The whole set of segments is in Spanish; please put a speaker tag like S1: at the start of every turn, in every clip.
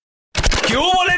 S1: ¿Qué hubo, le,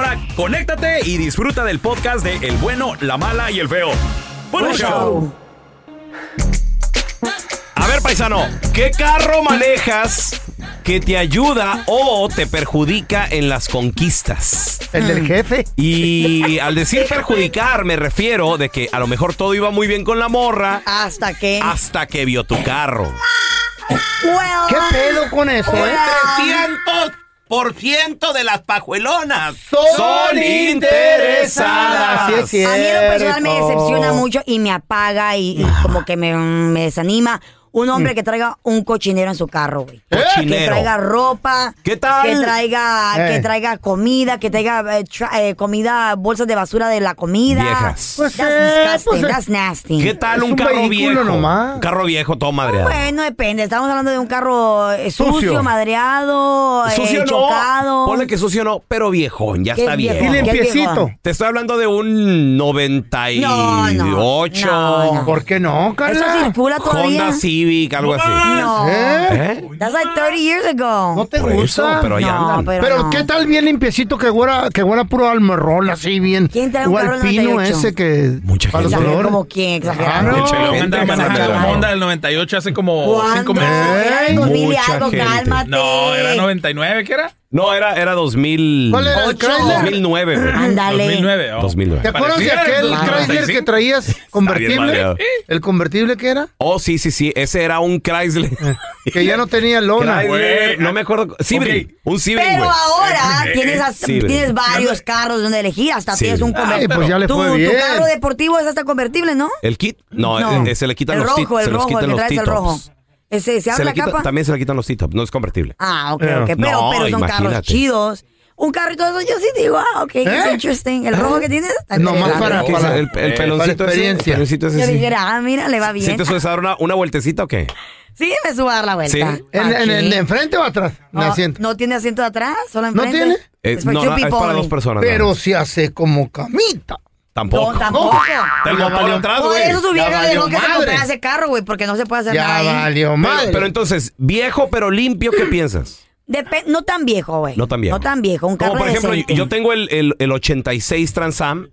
S1: conéctate y disfruta del podcast de El bueno, la mala y el feo. Buen show.
S2: A ver, paisano, ¿qué carro manejas que te ayuda o te perjudica en las conquistas?
S3: El del jefe.
S2: Y al decir perjudicar, me refiero de que a lo mejor todo iba muy bien con la morra
S4: Hasta que.
S2: hasta que vio tu carro.
S4: Well,
S3: ¿Qué pedo con eso, eh?
S5: 300% de las pajuelonas.
S2: Son interesadas.
S3: Así es
S4: A mí en lo personal me
S3: cierto.
S4: decepciona mucho y me apaga y, y como que me, me desanima un hombre que traiga un cochinero en su carro, güey.
S3: ¿Eh?
S4: Que
S2: Cochinero.
S4: traiga ropa,
S2: ¿Qué tal?
S4: que traiga,
S3: Eh.
S4: que traiga comida, que traiga eh, tra- eh, comida, bolsas de basura de la comida.
S2: Viejas.
S3: Pues,
S4: that's
S3: eh,
S4: disgusting,
S3: pues, eh.
S4: that's nasty.
S2: ¿Qué tal
S3: Es
S2: un,
S3: un
S2: carro
S3: vehículo
S2: viejo?
S3: nomás.
S2: Un carro viejo, todo madreado.
S4: Bueno, depende. Estamos hablando de un carro eh, sucio,
S3: Sucio.
S4: madreado, eh,
S2: Sucio no.
S4: chocado.
S2: Ponle que sucio no, pero viejón, ya
S4: Qué
S2: está
S4: viejo.
S2: bien.
S3: Y
S4: Qué
S3: limpiecito.
S4: viejo.
S2: Te estoy hablando de un 98,
S4: No, no, no.
S3: ¿Por qué no,
S4: Eso
S3: Carla?
S4: circula todavía.
S2: Honda Civic, algo así.
S4: No.
S3: ¿Eh?
S2: ¿Eh?
S4: That's like 30 years ago.
S3: ¿No te
S2: Por eso,
S3: gusta?
S2: pero ahí
S4: No,
S2: andan.
S4: pero-
S3: Pero
S4: no.
S3: qué tal bien limpiecito que huela, que huela puro almerrol, así bien.
S4: ¿Quién trae un
S3: o
S4: carro del
S3: alpino
S4: 98?
S3: ese que.
S2: Mucha
S3: para los
S2: gente.
S4: Exagerado
S3: olores.
S4: como quién, exagerado.
S3: Claro.
S5: El pelón
S3: Gente
S5: anda
S3: que
S5: manejando
S3: saca-
S5: un Honda del 98 hace como
S4: ¿Cuándo?
S5: 5 meses.
S4: Era algo,
S2: Mucha
S4: dile algo,
S2: gente.
S4: cálmate.
S5: No, era 99, ¿qué era?
S2: No, era, era 2000.
S3: ¿Cuál era el
S4: Ocho.
S3: trailer?
S2: 2009, güey.
S4: Ándale.
S5: 2009. oh.
S2: 2009.
S3: ¿Te acuerdas de
S5: Parecía
S3: aquel
S5: el
S3: trailer
S5: 95?
S3: que traías convertible?
S2: madreado.
S3: ¿El convertible que era? Ah,
S2: Oh, sí, sí, sí. Ese era un Chrysler.
S3: Que ya no tenía lona.
S2: Chrysler, no me acuerdo. Civic.
S5: Ok.
S2: Un Civic,
S4: Pero
S2: güey.
S4: ahora tienes, hasta-
S2: Sí,
S4: tienes varios carros donde elegir, hasta
S2: Sí,
S4: tienes un
S3: Ay,
S4: convertible.
S3: pues ya le
S4: tu,
S3: fue
S4: tu
S3: bien.
S4: carro deportivo es hasta convertible, ¿no?
S2: ¿El kit? No,
S4: No.
S2: eh, eh, se le quitan
S4: el
S2: los
S4: rojo,
S2: tit-
S4: el
S2: se les
S4: rojo,
S2: quitan
S4: el que
S2: los
S4: traes el
S2: T-tops.
S4: rojo. Ese, ¿Se
S2: Se le
S4: abre la
S2: quita-
S4: capa?
S2: también se le quitan los T-tops. No es convertible.
S4: Ah, ok,
S3: Eh,
S4: ok. Pero,
S2: no,
S4: pero son carros
S2: imagínate.
S4: chidos. Un carro y todo eso, yo sí digo, ah, ok, it's
S3: ¿Eh?
S4: interesting. El rojo que tienes. está
S3: Nomás
S4: interesante.
S3: para-
S2: ¿Qué es
S3: para-
S2: el, el
S3: eh,
S2: peloncito
S3: para
S2: ese? El
S3: experiencia.
S2: peloncito ese,
S4: Yo
S2: sí.
S4: dije, ah, mira, le va
S2: ¿Sí
S4: bien.
S2: te suele dar una, una vueltecita o qué?
S4: Sí, me subo a dar la vuelta.
S2: Sí.
S3: ¿En, en, en-
S4: Aquí.
S3: enfrente o atrás? Me
S4: no,
S3: asiento.
S4: no tiene asiento de atrás, solo
S3: ¿No
S4: enfrente.
S3: tiene?
S2: Eh,
S4: Ah, Es for
S2: no,
S4: two
S2: no, es
S4: people
S2: para dos
S4: only.
S2: personas.
S3: Pero
S2: no.
S3: se hace como camita.
S2: Tampoco.
S4: No, tampoco.
S2: Está el
S3: Ya
S2: motor
S3: valió-
S2: atrás,
S4: Por
S2: güey.
S4: eso su
S3: ya
S4: vieja le
S3: valió
S4: dijo que se
S3: madre.
S4: comprara ese carro, güey, porque no se puede hacer
S3: Ya
S4: nada ahí.
S3: valió mal.
S2: Pero entonces, viejo pero limpio, ¿qué piensas?
S4: Depe- no tan viejo, güey.
S2: No tan viejo.
S4: No tan viejo, un carro
S2: Como por ejemplo, yo,
S4: decente.
S2: yo tengo el, el, el 86 Transam.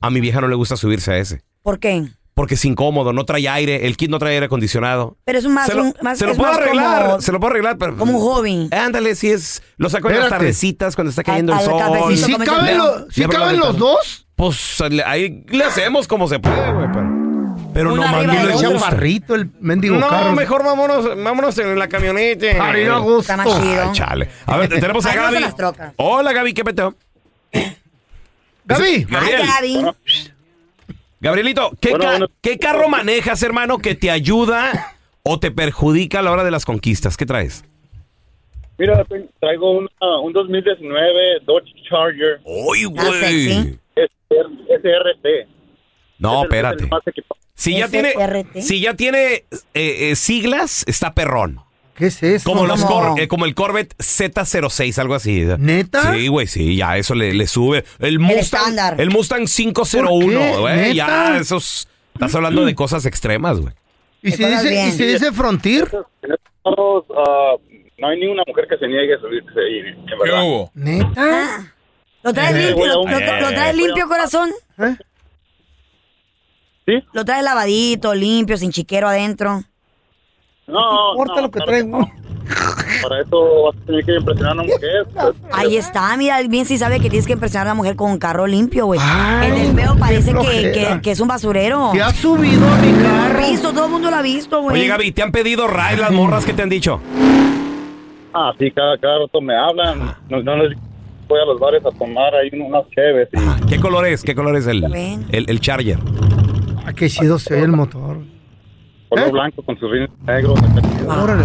S2: A mi vieja no le gusta subirse a ese.
S4: ¿Por qué?
S2: Porque es incómodo, no trae aire, el kit no trae aire acondicionado.
S4: Pero es un más-
S2: se lo,
S4: un- más-
S2: se lo
S4: es
S2: puedo
S4: más
S2: arreglar,
S4: como-
S2: se lo puedo arreglar, pero.
S4: como un hobby.
S2: Ándale, si es. Lo saco en las
S3: Espérate.
S2: tardecitas cuando está cayendo
S4: Al-
S2: el
S4: al
S2: sol.
S3: ¿Y
S4: cafecito.
S3: si
S4: Comenzó
S3: caben,
S4: bien.
S3: los- si
S2: Ya abro la
S3: caben los
S2: ventana.
S3: dos?
S2: Pues le- ahí le hacemos como se puede, güey. Pero, pero
S4: Una
S2: no
S4: arriba
S2: mames,
S4: de
S2: le
S4: otra.
S2: gusta.
S3: Chaparrito, el mendigo
S2: No,
S3: carro.
S2: mejor vámonos, vámonos en la camioneta.
S3: Para ir a gusto.
S4: Está más chido.
S2: Ay, chale. A ver, te- tenemos a
S4: Ay, no se
S2: Gaby.
S4: las trocas.
S2: Hola, Gaby, ¿qué peteo?
S3: Gaby,
S4: Ay,
S2: Gabriel.
S4: Gaby.
S2: Gabrielito, ¿qué,
S6: Bueno,
S2: ca-
S6: bueno.
S2: qué carro manejas, hermano, que te ayuda o te perjudica a la hora de las conquistas? ¿Qué traes?
S7: Mira, te- traigo una- un 2019 Dodge Charger.
S2: ¡Uy, güey!
S7: SRT.
S2: No, espérate. Si ya tiene,
S7: SRT.
S2: si ya tiene eh, eh, siglas, está perrón.
S3: ¿Qué es eso?
S2: Como, los
S3: ¿Cómo?
S2: cor- eh, como el Corvette Z06, algo así.
S3: ¿Neta?
S2: Sí, güey, sí, ya eso le, le sube. El Mustang,
S4: estándar.
S2: el, Mustang
S3: ¿Por
S2: 501,
S3: qué?
S2: güey. Ya
S3: ¿Neta?
S2: esos. Estás hablando de cosas extremas, güey.
S3: ¿Y si dice, ¿y si dice Frontier?
S7: En estos carros, ah, no hay ninguna mujer que se niegue a subirse ahí, en verdad.
S3: ¿Neta?
S4: Ah, ¿Lo traes
S3: Ah.
S7: Eh,
S4: limpio,
S7: voy a
S4: lo,
S7: un-
S4: lo- lo
S7: eh,
S4: traes
S7: voy a-
S4: limpio corazón?
S3: ¿Eh?
S7: ¿Sí?
S4: ¿Lo traes lavadito, limpio, sin chiquero adentro?
S7: No,
S4: importa
S7: no,
S4: lo que
S7: claro no. Para eso vas a tener que impresionar a una mujer. pues,
S4: Ahí está, mira, bien si sabe que tienes que impresionar a la mujer con un carro limpio, güey. En el veo parece que,
S2: flojera.
S4: que- que es un basurero.
S3: ¿Te has subido a mi
S4: carro? visto, todo el mundo lo ha visto, güey.
S2: Oye, Gaby, ¿te han pedido ray las morras que te han dicho?
S7: Ah, sí, cada, cada rato me hablan. No, no les voy a los bares a tomar ahí unas cheves. y-
S2: Ah, ¿Qué color es? ¿Qué color es el,
S7: Ven.
S2: el, el Charger?
S3: Ah, qué chido se ve el motor.
S7: color blanco con sus rines negros.
S3: ¿Eh? Órale.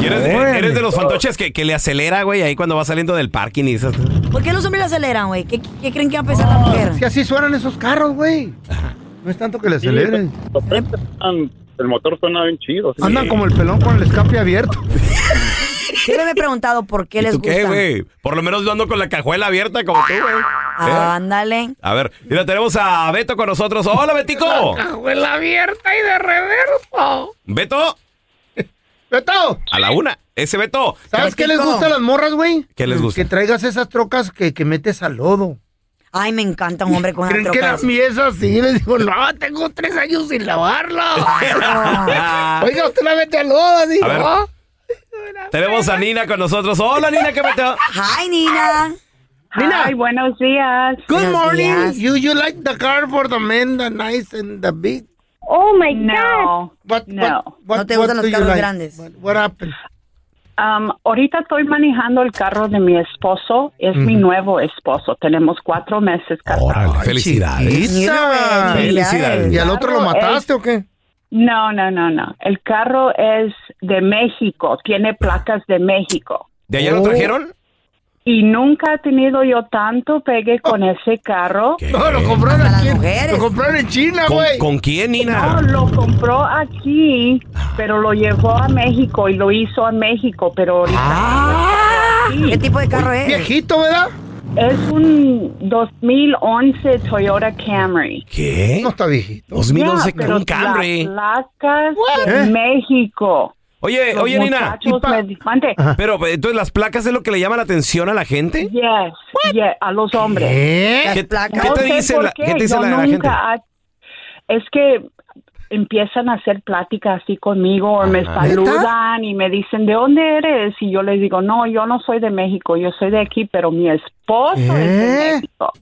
S2: ¿Y eres, eres de los fantoches que, que le acelera, güey, ahí cuando va saliendo del parking y esas.
S4: ¿Por qué los hombres la aceleran, güey? ¿Qué, qué creen que va a pesar la mujer?
S3: Si así suenan esos carros, güey. No es tanto que le aceleren.
S7: Los frentes están- el motor suena bien chido. sí.
S3: Andan como el pelón con el escape abierto.
S4: Siempre me he preguntado por qué les
S2: ¿Tú
S4: gusta.
S2: qué, güey? ¿Eh? Por lo menos yo ando con la cajuela abierta como tú, güey.
S4: Ah, Ándale.
S2: A ver, mira, tenemos a Beto con nosotros. ¡Hola, Betico!
S8: Cajuela abierta y de reverso.
S2: ¡Beto!
S3: ¡Beto!
S2: A la una. Ese Beto.
S3: ¿Sabes qué les gusta a las morras, güey?
S2: ¿Qué les gusta?
S3: Que traigas esas trocas que, que metes al lodo.
S4: Ay, me encanta un hombre con una
S3: ¿Creen que
S4: troca.
S3: las mías así? Les digo, no, tengo tres años sin lavarla. Oiga, usted la mete al lodo, así,
S2: A ver.
S3: ¿no?
S2: Tenemos a Nina con nosotros. ¡Hola, Nina! ¿Qué Beto?
S4: Hi, Nina.
S3: Nina.
S9: Ay, buenos días.
S3: Good morning. You you like the car for the men, the nice and the big.
S9: Oh my
S3: No,
S9: God.
S3: What,
S9: no.
S3: what- what-
S9: No te
S3: what
S9: gustan los
S3: do you
S9: carros
S3: like?
S9: grandes.
S3: What, what happened?
S9: Um, ahorita estoy manejando el carro de mi esposo. Es mi
S3: Ujú.
S9: nuevo esposo. Tenemos cuatro meses casados.
S2: felicidades.
S3: Isa.
S2: Felicidades.
S3: ¿Y al otro lo
S9: Claro,
S3: mataste o qué?
S9: No, no, no, no. El carro es de México. Tiene placas de México.
S2: ¿De allá
S9: Oh.
S2: lo trajeron?
S9: Y nunca he tenido yo tanto pegue con
S3: Oh.
S9: ese carro.
S3: No, lo compraron aquí. Lo compraron en China,
S2: Eh. ¿Con,
S3: güey.
S2: con quién,
S9: No,
S2: Eh, Nina?
S9: lo compró aquí, pero lo llevó a México y lo hizo a México, pero ahorita...
S2: Ah.
S9: ¿Qué
S4: tipo de carro es?
S3: Viejito, ¿verdad?
S9: Es un 2011 Toyota Camry.
S2: ¿Qué?
S3: No está viejito.
S2: 2011
S9: Ya, pero
S2: con Camry.
S9: Las placas de
S2: ¿Eh?
S9: México.
S2: Oye,
S9: Los
S2: oye, Nina.
S9: muchachos me di- Mande.
S2: Pero, entonces, ¿las placas es lo que le llama la atención a la gente?
S9: Yes, yeah, a los hombres.
S2: ¿Qué?
S9: Las
S2: ¿Qué-
S9: placas.
S2: qué te
S9: sé
S2: dice
S9: por
S2: la- qué te dice
S9: yo
S2: la- la
S9: nunca
S2: gente?
S9: ha- Es que empiezan a hacer pláticas así conmigo, o me
S2: Ajá.
S9: saludan y me dicen, ¿de dónde eres? Y yo les digo, no, yo no soy de México, yo soy de aquí, pero mi esposo es de México.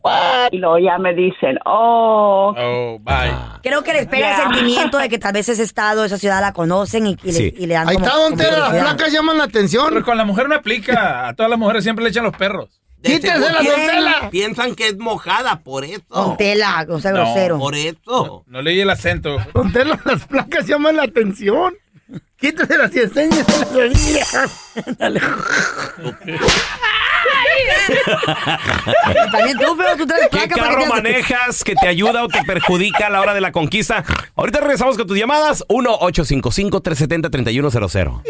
S9: Y luego ya me dicen, oh,
S8: Oh, bye.
S4: Creo que les pega el sentimiento de que tal vez ese estado, esa ciudad la conocen y, y le,
S8: Sí.
S4: y le dan
S8: Ahí
S4: como-
S8: está donde
S4: como
S8: las
S4: curiosidad.
S8: placas
S3: llaman la atención.
S8: Pero con la mujer no aplica. A todas las mujeres siempre le echan los perros.
S4: Quítese la ¿Quién? Nutella.
S8: Piensan que es mojada, por eso.
S4: Don Tela, o sea,
S8: No,
S4: grosero.
S8: por No, no leí el acento.
S3: Contelo, las placas llaman la atención. Quítaselas y enséñaselas.
S4: También tú, pero tú traes
S2: ¿Qué
S4: placa para
S2: carro
S4: que te-
S2: manejas que te ayuda o te perjudica a la hora de la conquista? Ahorita regresamos con tus llamadas. 1-855-370-3100.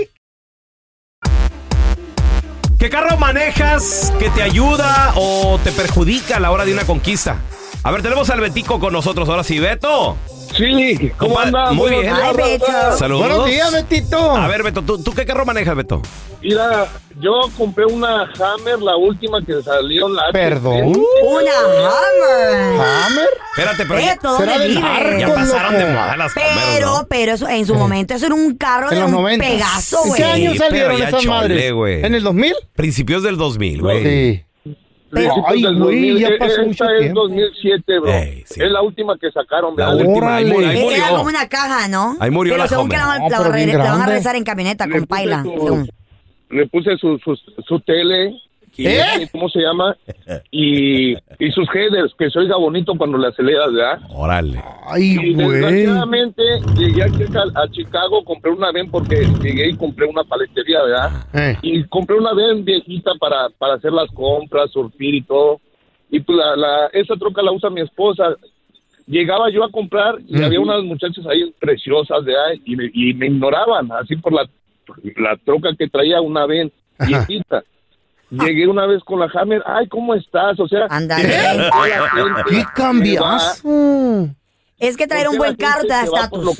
S2: ¿Qué carro manejas que te ayuda o te perjudica a la hora de una conquista? A ver, tenemos al Betico con nosotros ahora sí. Beto.
S7: Sí,
S2: ¿cómo
S7: andas?
S2: Muy
S7: Buenos
S2: bien.
S7: días, Beto.
S2: Saludos.
S7: Buenos días,
S3: Betito.
S2: A ver, Beto, ¿tú, tú qué carro manejas, Beto?
S7: Mira, yo compré una Hammer, la última que salió. La
S3: Perdón.
S4: Una Hammer.
S3: ¿Hammer?
S2: Espérate, pero ya-
S4: Beto, ¿dónde
S2: del
S4: vives?
S2: barrio, Ya pasaron de moda las Hammer,
S4: Pero,
S2: ¿no?
S4: pero eso, en su momento eso era un carro de
S2: En los
S4: un
S2: 90.
S4: pegaso,
S2: ¿En
S4: güey.
S2: qué año Sí, salieron pero ya esas chole, madres? güey. ¿En
S3: el 2000?
S2: Principios del 2000, güey.
S3: Sí.
S7: Ay,
S3: Ay, güey, ya pasó
S7: eh, Esta
S3: mucho
S7: es
S3: tiempo.
S7: 2007, bro. Es la última que sacaron,
S2: La
S7: ¿verdad?
S2: última, ahí murió, ahí
S4: Era como
S2: murió.
S4: una caja, ¿no?
S2: Ahí murió
S4: pero
S2: la
S4: según que la,
S3: Ah,
S2: Hummer.
S4: van- la
S2: No, pero
S4: van a
S2: bien
S4: re- la van a
S2: grande.
S4: regresar en camioneta con paila. según.
S7: Le puse su, su, su tele, y
S3: ¿Eh?
S7: ¿Cómo se llama? Y, y sus headers, que se oiga bonito cuando le aceleras, ¿verdad?
S2: Órale.
S7: y desgraciadamente llegué aquí a, a Chicago, compré una ven porque llegué y compré una paletería, ¿verdad?
S3: Eh.
S7: Y compré una ven viejita para, para hacer las compras, surfir y todo. Y pues la, la- esa troca la usa mi esposa. Llegaba yo a comprar y
S10: Ujú.
S7: había unas muchachas ahí preciosas, ¿verdad? Y me, y me ignoraban, así por la, la troca que traía una ven
S10: Ajá.
S7: viejita. Llegué una vez con la Hammer, ay, ¿cómo estás? O sea,
S4: Ándale.
S7: ¡Qué
S4: Es que traer un buen carro te da estatus.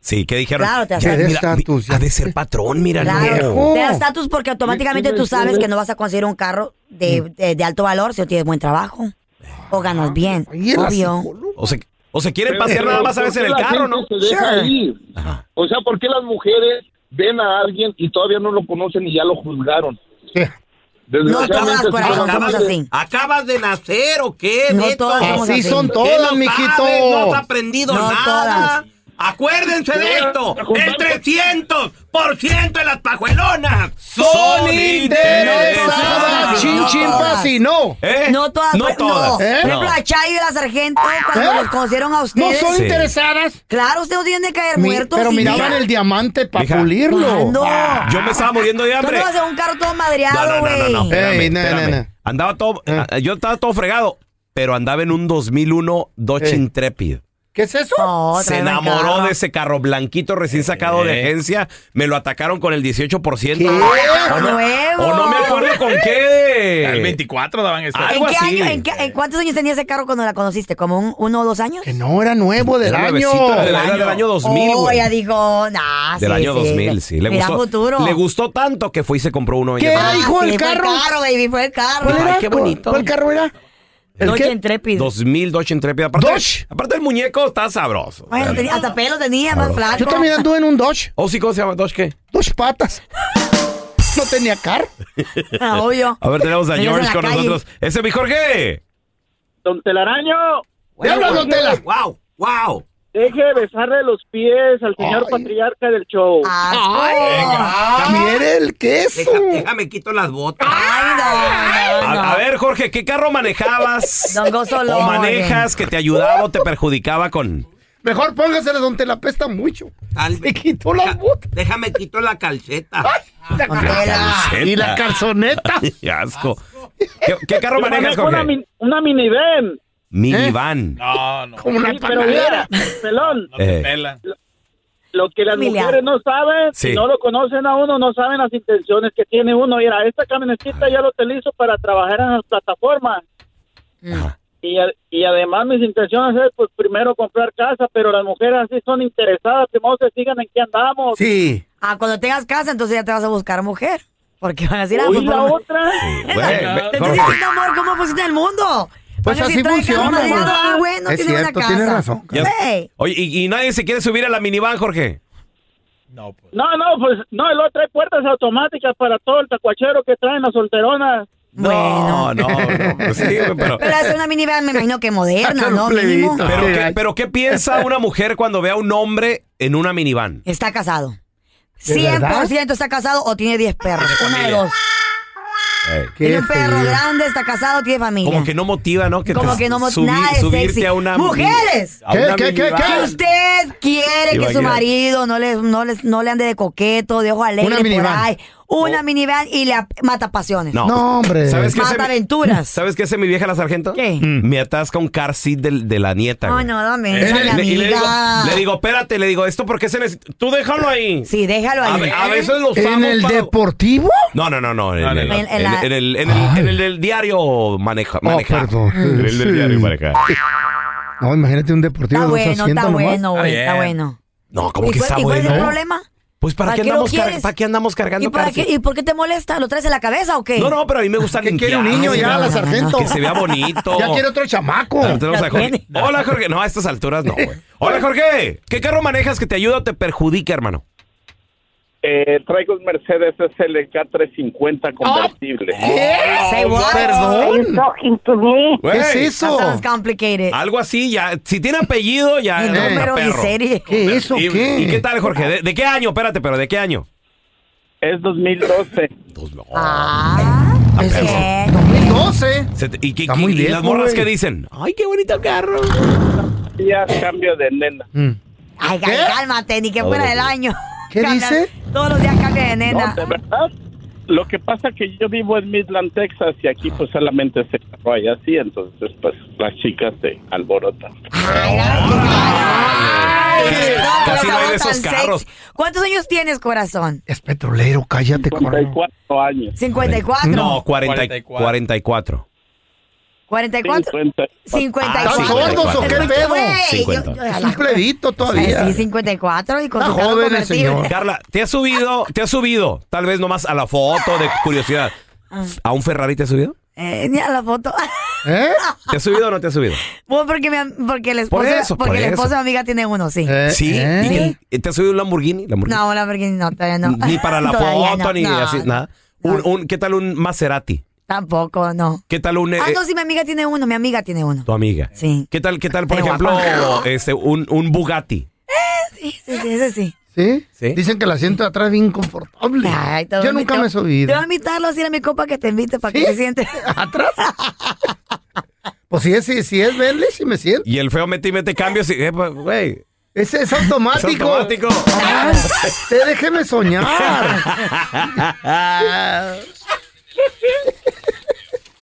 S2: Sí, ¿qué dijeron?
S4: Claro, te
S2: Ya,
S4: acepto.
S2: mira, Ha de ser patrón, mira.
S4: Claro,
S2: no.
S4: te da estatus porque automáticamente tú sabes que no vas a conseguir un carro de,
S3: Mm.
S4: de- de alto valor si no tienes buen trabajo o
S3: Ah,
S4: ganas bien,
S7: era
S4: obvio.
S2: O se, o se quieren
S7: Pero,
S2: pasear nada
S7: pero,
S2: más a
S7: ¿por
S2: veces en
S7: qué
S2: el
S7: la
S2: carro,
S7: gente
S2: ¿no?
S7: se deja ir? O sea, ¿por qué las mujeres ven a alguien y todavía no lo conocen y ya lo juzgaron? Desgraciadamente,
S2: pues,
S7: sí, las
S10: acabas,
S7: mujeres-
S10: acabas de nacer o qué?
S7: No
S10: Beto?
S7: todas somos Así así. son
S10: ¿Qué
S7: todas,
S10: no sabes?
S7: mijito.
S10: No has aprendido
S7: No
S10: nada.
S7: todas.
S10: Acuérdense de
S7: Mira,
S10: esto.
S7: a juntar-
S10: El 300 de las pajuelonas son,
S3: interesadas. Chin, chin, pa, si no.
S2: ¿Eh?
S4: No todas.
S10: No
S4: pero-
S10: todas.
S4: Por
S3: ¿Eh?
S4: ejemplo, la Chayo y la Sargento, cuando
S3: ¿Eh?
S4: los conocieron a ustedes.
S3: son Sí. interesadas?
S4: Claro, usted no tiene que caer
S3: Mi-
S4: muerto.
S3: pero
S4: sí,
S3: miraban
S4: mira.
S3: el diamante para
S2: Mija,
S3: pulirlo.
S4: ¿Cuándo?
S2: Yo me estaba muriendo de
S4: Tú no
S2: hambre.
S4: vas a un carro todo
S2: No,
S4: madreado,
S2: no, no, no,
S4: güey.
S2: no, espérame,
S3: Ey, no, no,
S2: espérame.
S3: no.
S2: Andaba todo, a- yo estaba todo fregado, pero andaba en un 2001 Dodge Intrepid.
S3: ¿Qué es eso?
S2: Se enamoró de ese carro blanquito recién sacado de agencia. Me lo atacaron con el 18%. O, no,
S4: Nuevo.
S2: o no me acuerdo con qué. Ah,
S5: Al 24 daban eso.
S4: ¿En qué año, en, qué- en cuántos años tenía ese carro cuando la conociste? ¿Como un- uno o dos años?
S3: Que no, era nuevo del
S2: Era
S3: año.
S2: nuevecito, era del- era del año 2000,
S4: Oh,
S2: güey.
S4: ella dijo, nah,
S2: Del
S4: sí,
S2: año 2000, Ah, sí. Le
S4: Mira
S2: gustó,
S4: futuro.
S2: le gustó tanto que fue y se compró uno.
S4: ¿Qué
S2: ella también.
S4: hijo? el carro. Fue el carro, baby, fue el carro.
S2: ¿Cuál era? Ay, qué bonito. ¿Cuál
S3: carro era?
S4: Noche Intrépido.
S2: 2000 Dodge Intrepid. Aparte, aparte el muñeco está sabroso.
S4: Bueno, tenía- hasta pelo tenía, más flaco.
S3: Yo también anduve en un Dodge.
S2: ¿O Oh, sí cómo se llama Dodge qué?
S3: Dodge patas. No tenía carro.
S4: Ah, obvio.
S2: A ver, tenemos a
S3: Venías en
S2: George
S3: la
S2: con
S3: calle.
S2: nosotros. Ese es mi Jorge.
S11: Don Telaraño.
S3: ¡Te habla, don Tela!
S11: ¡Wow! ¡Wow! Deje de besarle los pies al señor patriarca del show.
S3: Mire el queso.
S10: Deja- déjame quito las botas.
S2: A, a ver, Jorge, ¿qué carro manejabas? ¿O manejas que te ayudaba o te perjudicaba con...?
S3: Mejor póngasela donde la pesta mucho. Se quitó las botas.
S10: Déjame quito la calceta.
S2: calceta.
S3: Y la calzoneta.
S2: ¡Qué asco! ¿Qué, qué carro
S11: Yo
S2: manejas,
S11: manejo Una,
S2: Jorge?
S11: min- una minivan.
S2: Minivan.
S5: No, no.
S11: Como una panadera. Pelón.
S2: Eh,
S11: Lo que las
S5: Humildeado.
S11: mujeres no saben,
S2: Sí.
S11: si no lo conocen a uno, no saben las intenciones que tiene uno. Mira, esta camionetita ya lo utilizo para trabajar en las plataformas. Y, a- y además mis intenciones es, pues, primero comprar casa, pero las mujeres así son interesadas, primero se sigan en qué andamos.
S3: Sí.
S4: Ah, cuando tengas casa, entonces ya te vas a buscar mujer. Porque van a decir, ah,
S11: Uy,
S4: pues,
S11: la
S4: por-
S11: otra.
S4: Te estoy diciendo, amor, ¿cómo funciona el mundo?
S3: Pues
S4: Van a decir,
S3: así
S4: trae
S3: funciona,
S4: carro
S3: amor.
S4: madreado, ah, güey, no
S2: Es
S4: tiene una
S2: cierto,
S4: casa.
S2: tienes razón. Ya-
S4: Ey,
S2: Oye, y, y nadie se quiere subir a la minivan, Jorge?
S11: No, no, pues no, el otro trae puertas automáticas para todo el tacuachero que traen las solteronas.
S2: No, no, no. pues sí, güey, pero...
S4: Pero es una minivan, me imagino que moderna, ¿no? Mínimo.
S2: Pero ¿qué, pero qué piensa una mujer cuando ve a un hombre en una minivan?
S4: Está casado.
S2: ¿De verdad? Ah,
S4: 100% está casado o tiene 10 perros. Una de dos. Tiene un perro grande, está casado, tiene familia.
S2: Como que no motiva, ¿no? Que
S4: Como
S2: te-
S4: que no mo-
S2: subir-
S4: nada de
S2: subirte
S4: sexy.
S2: a una
S4: ¡Mujeres!
S2: a una minivan.
S4: Si usted quiere que
S2: Imagínate.
S4: su marido no le, no, les, no le ande de coqueto, de ojo alegre
S2: Una
S4: por
S2: minivan.
S4: ahí, una minivan y le ap- mata pasiones.
S2: Oh. No. ¿Sabes qué hace
S4: Mata
S2: mi-
S4: aventuras.
S2: ¿Sabes qué hace mi vieja la sargento? Mm. Me atasca un car seat del- de, la nieta.
S4: No,
S2: güey.
S4: no, dame.
S2: Eh,
S4: esa
S2: le- le- y le digo,
S4: amiga.
S2: le digo, espérate, le digo, ¿esto por qué se necesita? Tú déjalo ahí.
S4: Sí, déjalo
S2: A
S4: ahí.
S2: ve- a veces lo usamos
S3: ¿En el
S2: para-
S3: deportivo?
S2: No, no, no, no. En, el,
S4: En- en
S2: en-
S4: la-
S2: en el- en el- en el del diario maneja. maneja.
S3: Oh, perdón.
S2: En el del
S3: Sí.
S2: diario maneja.
S3: No, imagínate un deportivo
S4: Está
S3: de dos
S4: bueno, está
S3: asientos nomás.
S4: bueno, güey, está bueno.
S2: No, ¿cómo
S4: ¿Y
S2: que
S4: cuál-
S2: está
S4: y cuál es el
S2: bueno?
S4: problema?
S2: Pues ¿para, qué
S4: lo
S2: andamos car-
S4: quieres?
S2: ¿para qué andamos cargando
S4: ¿Y, para
S2: car
S4: qué,
S2: seat?
S4: ¿Y por qué te molesta? ¿Lo traes en la cabeza o qué?
S2: No, no, pero a mí me gusta
S3: Que
S2: limpiar.
S3: quiere un niño ya, la sargento.
S2: Que se vea bonito.
S3: Ya quiere otro chamaco.
S2: Ahora tenemos a Jorge. Hola, Jorge. No, a estas alturas no, güey. Hola, Jorge. ¿Qué carro manejas que te ayuda o te perjudica, hermano?
S6: Eh, traigo un Mercedes SLK
S2: Oh.
S6: 350 convertible.
S4: Say what?
S3: Perdón.
S2: Güey.
S4: Sounds complicated.
S2: Algo así, ya. Si tiene apellido, ya.
S4: Y
S2: no, está
S4: número y
S2: perro.
S4: serie.
S3: ¿Qué eso?
S2: ¿Y, y qué tal, Jorge? ¿De, de qué año? Espérate, pero ¿de qué año?
S6: Es 2012.
S4: Ah,
S2: Es que...
S3: 2012.
S2: ¿Y, qué-
S3: Está
S2: qué-
S3: muy
S2: y
S3: viejo,
S2: las morras
S3: güey.
S2: qué dicen? Ay, qué bonito carro.
S11: Ya cambio de nena.
S4: Ay,
S11: ¿Qué?
S4: cálmate, ni que fuera del año.
S11: ¿Qué
S4: Cambia-
S11: dice?
S4: Todos los días cambia de
S11: No,
S4: nena.
S11: de verdad. Lo que pasa que yo vivo en Midland, Texas, y aquí pues solamente se desarrolla así, entonces pues las chicas se alborotan.
S2: Casi no hay de
S4: Tan
S2: esos
S4: sexy.
S2: carros.
S4: ¿Cuántos años tienes, corazón?
S3: Es petrolero, cállate,
S11: 54 años.
S4: 54.
S2: No, 40, 44.
S4: 44. 54.
S2: ¿Están sordos o qué pedo?
S4: Cincuenta.
S2: 50.
S3: Es un plebito todavía.
S4: Sí, 54 y con su carro convertible.
S2: Carla, te has subido, te has subido, tal vez nomás a la foto de curiosidad.
S4: Ah,
S2: ¿A un Ferrari te has subido?
S4: eh, ni a la foto.
S3: ¿Eh?
S2: ¿Te has subido o no te has subido?
S4: Bueno, porque, mi am- porque el esposo,
S2: Por eso,
S4: porque
S2: por
S4: el esposo
S2: eso.
S4: de mi amiga tiene uno, sí.
S3: ¿Eh?
S2: ¿Sí? ¿Y eh, te has subido un Lamborghini? Lamborghini.
S4: No, la porque no, todavía no.
S2: Ni para la
S4: Todavía
S2: foto,
S4: no,
S2: ni
S4: no,
S2: así, nada. Un, un- ¿Qué tal un Maserati?
S4: Tampoco, no.
S2: ¿Qué tal un... eh,
S4: Ah, no, sí, mi amiga tiene uno, mi amiga tiene uno.
S2: Tu amiga.
S4: Sí.
S2: ¿Qué tal, qué tal por
S4: Qué
S2: ejemplo,
S4: guapa.
S2: este, un, un Bugatti?
S4: Eh, Sí, sí, sí, ese sí.
S3: ¿Sí?
S2: ¿Sí?
S3: Dicen que el asiento de atrás es bien confortable. Yo nunca me he
S4: Te
S3: subido.
S4: voy a invitarlo así a mi copa que te invite para que te sientes.
S3: ¿Atrás? Pues si es, si, si es Bentley, si me siento.
S2: Y el feo mete y mete cambios y... eh, pues, güey.
S3: Ese es automático.
S2: Es automático.
S3: Ah, te déjeme soñar.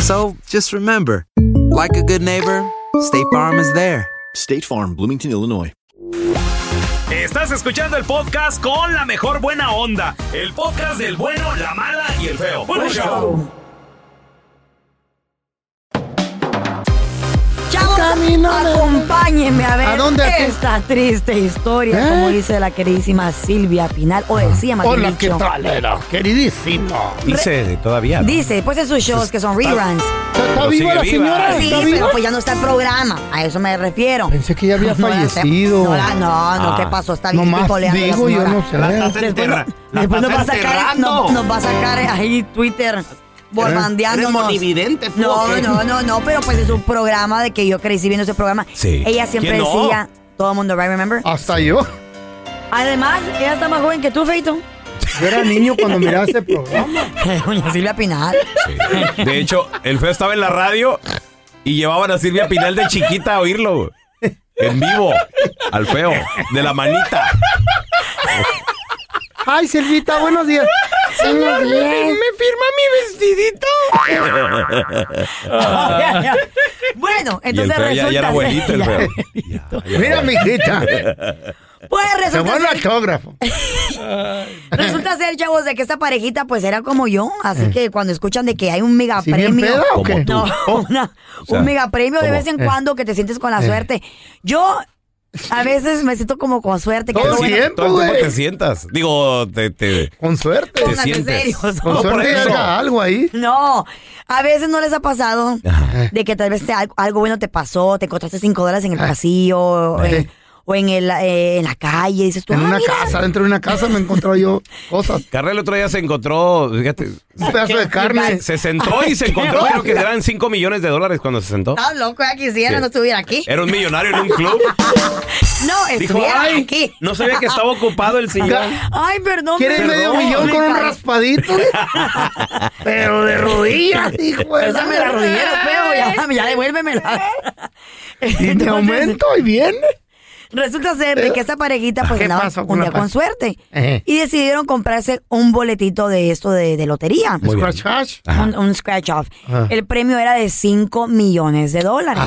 S12: So just remember, like a good neighbor, State Farm is there.
S13: State Farm, Bloomington, Illinois.
S1: Estás escuchando el podcast con la mejor buena onda. El podcast del bueno, la mala y el feo. Bueno, show.
S4: Chavos, acompáñenme a ver
S3: ¿A dónde, a qué?
S4: esta triste historia,
S3: ¿Eh?
S4: como dice la queridísima Silvia Pinal, o decía más bien
S3: Hola, ¿qué
S4: dicho.
S3: tal? era? Queridísimo.
S2: Dice todavía. ¿no?
S4: Dice, pues en sus shows que son reruns.
S3: Pero viva sigue la viva. señora?
S4: Sí,
S3: ¿Está
S4: pero
S3: viva?
S4: pues ya no está el programa. A eso me refiero. Pensé
S3: que ya había
S4: no, la-
S3: fallecido.
S4: No, la- no, no,
S3: Ah.
S4: ¿qué pasó? Está
S3: No
S4: bien
S3: más
S4: picoleando la
S3: digo, yo
S4: señora.
S3: no sé. La estás
S4: Después,
S3: enterra- la
S4: después nos, va a
S3: estás
S4: sacar,
S3: enterrando.
S4: no- nos va a sacar ahí Twitter borbandeándonos.
S10: Eres monividente, tú, ¿o
S4: No,
S10: qué?
S4: no, no, no, pero pues es un programa de que yo crecí viendo ese programa.
S3: Sí.
S4: Ella siempre
S3: ¿Quién no?
S4: decía, todo el mundo, right, remember?
S3: Hasta yo.
S4: Además, ella está más joven que tú, Feito.
S3: Yo era niño cuando miraba ese programa.
S4: Doña Silvia Pinal.
S2: De hecho, el feo estaba en la radio y llevaban a Silvia Pinal de chiquita a oírlo. güey. En vivo, al feo, de la manita.
S3: Ay, Silvita, buenos días. Buenos días.
S4: firma mi vestidito? Ya, ya. bueno,
S2: Y el
S4: entonces
S2: feo ya,
S4: resulta
S2: ya era
S4: ser-
S2: abuelito, el feo.
S3: Mira, mijita.
S4: Pues
S3: Se
S4: resulta
S3: fue el
S4: ser,
S3: autógrafo.
S4: resulta ser, chavos, de que esta parejita pues era como yo. Así que cuando escuchan de que hay un mega
S3: Eh. ¿Sí bien
S4: premio.
S3: peda o qué?
S4: No, una-
S3: sea,
S4: un mega premio de
S3: ¿cómo?
S4: vez en
S3: Eh.
S4: cuando que te sientes con la
S3: Eh.
S4: suerte. Yo a veces me siento como con suerte. que
S2: Todo
S4: no-
S2: el tiempo, todo el tiempo te sientas. Digo, te, te-
S3: pues, Con suerte.
S2: Te
S4: Pónganse
S2: sientes.
S4: serios.
S2: No, por eso.
S3: algo ahí.
S4: No, a veces no les ha
S3: Ah.
S4: pasado de que tal vez te- algo, algo bueno te pasó, te encontraste cinco dólares en el pasillo. eh, o en, el, eh, en la calle. Dices tú,
S3: En
S4: "Ah,
S3: una
S4: mira".
S3: casa, dentro de una casa me he encontrado yo cosas.
S2: Carla el otro día se encontró, fíjate.
S3: Un pedazo de carne.
S2: Se sentó y se encontró, creo que eran 5 millones de dólares cuando se sentó.
S4: Estás loco, ya quisiera
S2: Sí.
S4: no estuviera aquí.
S2: Era un millonario en un club.
S4: No,
S2: Dijo,
S4: estuviera
S2: ay,
S4: aquí.
S2: no sabía que estaba ocupado el sillón.
S4: Ay, perdón.
S3: ¿Quieres
S4: perdón.
S3: medio millón con un
S4: Ay,
S3: raspadito? Pero de rodillas, hijo de
S4: Pésame la rodillera, feo, ya, ya devuélvemela.
S3: Y te aumento y viene.
S4: Resulta ser de que esta parejita pues
S3: ¿Qué
S4: andaba
S3: pasó con
S4: un
S3: la
S4: día
S3: pa-
S4: con suerte
S3: Ejé.
S4: y decidieron comprarse un boletito de esto de, de lotería.
S3: Muy bien. ¿Scratch off?
S4: Un, un scratch off.
S3: Ajá.
S4: El premio era de 5 millones de dólares.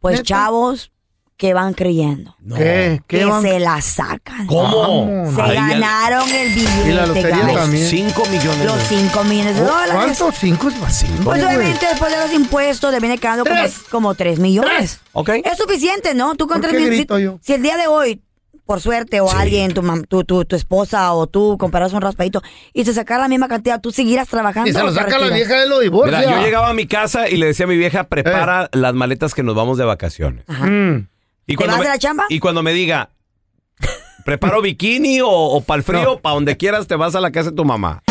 S4: Pues
S3: ¿Neta?
S4: chavos, ¿qué van creyendo?
S3: ¿Qué? ¿Qué
S4: que
S3: van-
S4: se la sacan.
S3: ¿Cómo?
S4: Se
S3: Ay, ya-
S4: ganaron el billete.
S3: Y la lotería
S4: guys.
S3: también. millones. Oh,
S4: Los 5 millones de dólares.
S3: ¿Cuántos? ¿Cinco? Cinco.
S4: Pues
S3: güey.
S4: obviamente después de los impuestos te viene quedando como, como 3 millones.
S2: Ok.
S4: Es suficiente, ¿no? Tú con
S3: ¿Por
S4: 3
S3: qué
S4: millones.
S3: grito
S4: si-
S3: yo?
S4: Si, el día de hoy, por suerte, o alguien, tu, mam- tu, tu, tu esposa o tú, comparas un raspadito y se sacara la misma cantidad, tú seguirás trabajando.
S3: Y se lo Eh. saca la
S4: Retira.
S3: vieja de los divorcios.
S2: Mira, yo llegaba a mi casa y le decía a mi vieja, prepara las maletas que nos vamos de vacaciones. Y
S3: Mm.
S4: ¿Te vas
S2: me,
S4: de la chamba?
S2: Y cuando me diga, preparo bikini o, para el frío, para donde quieras, te vas a la casa de tu mamá.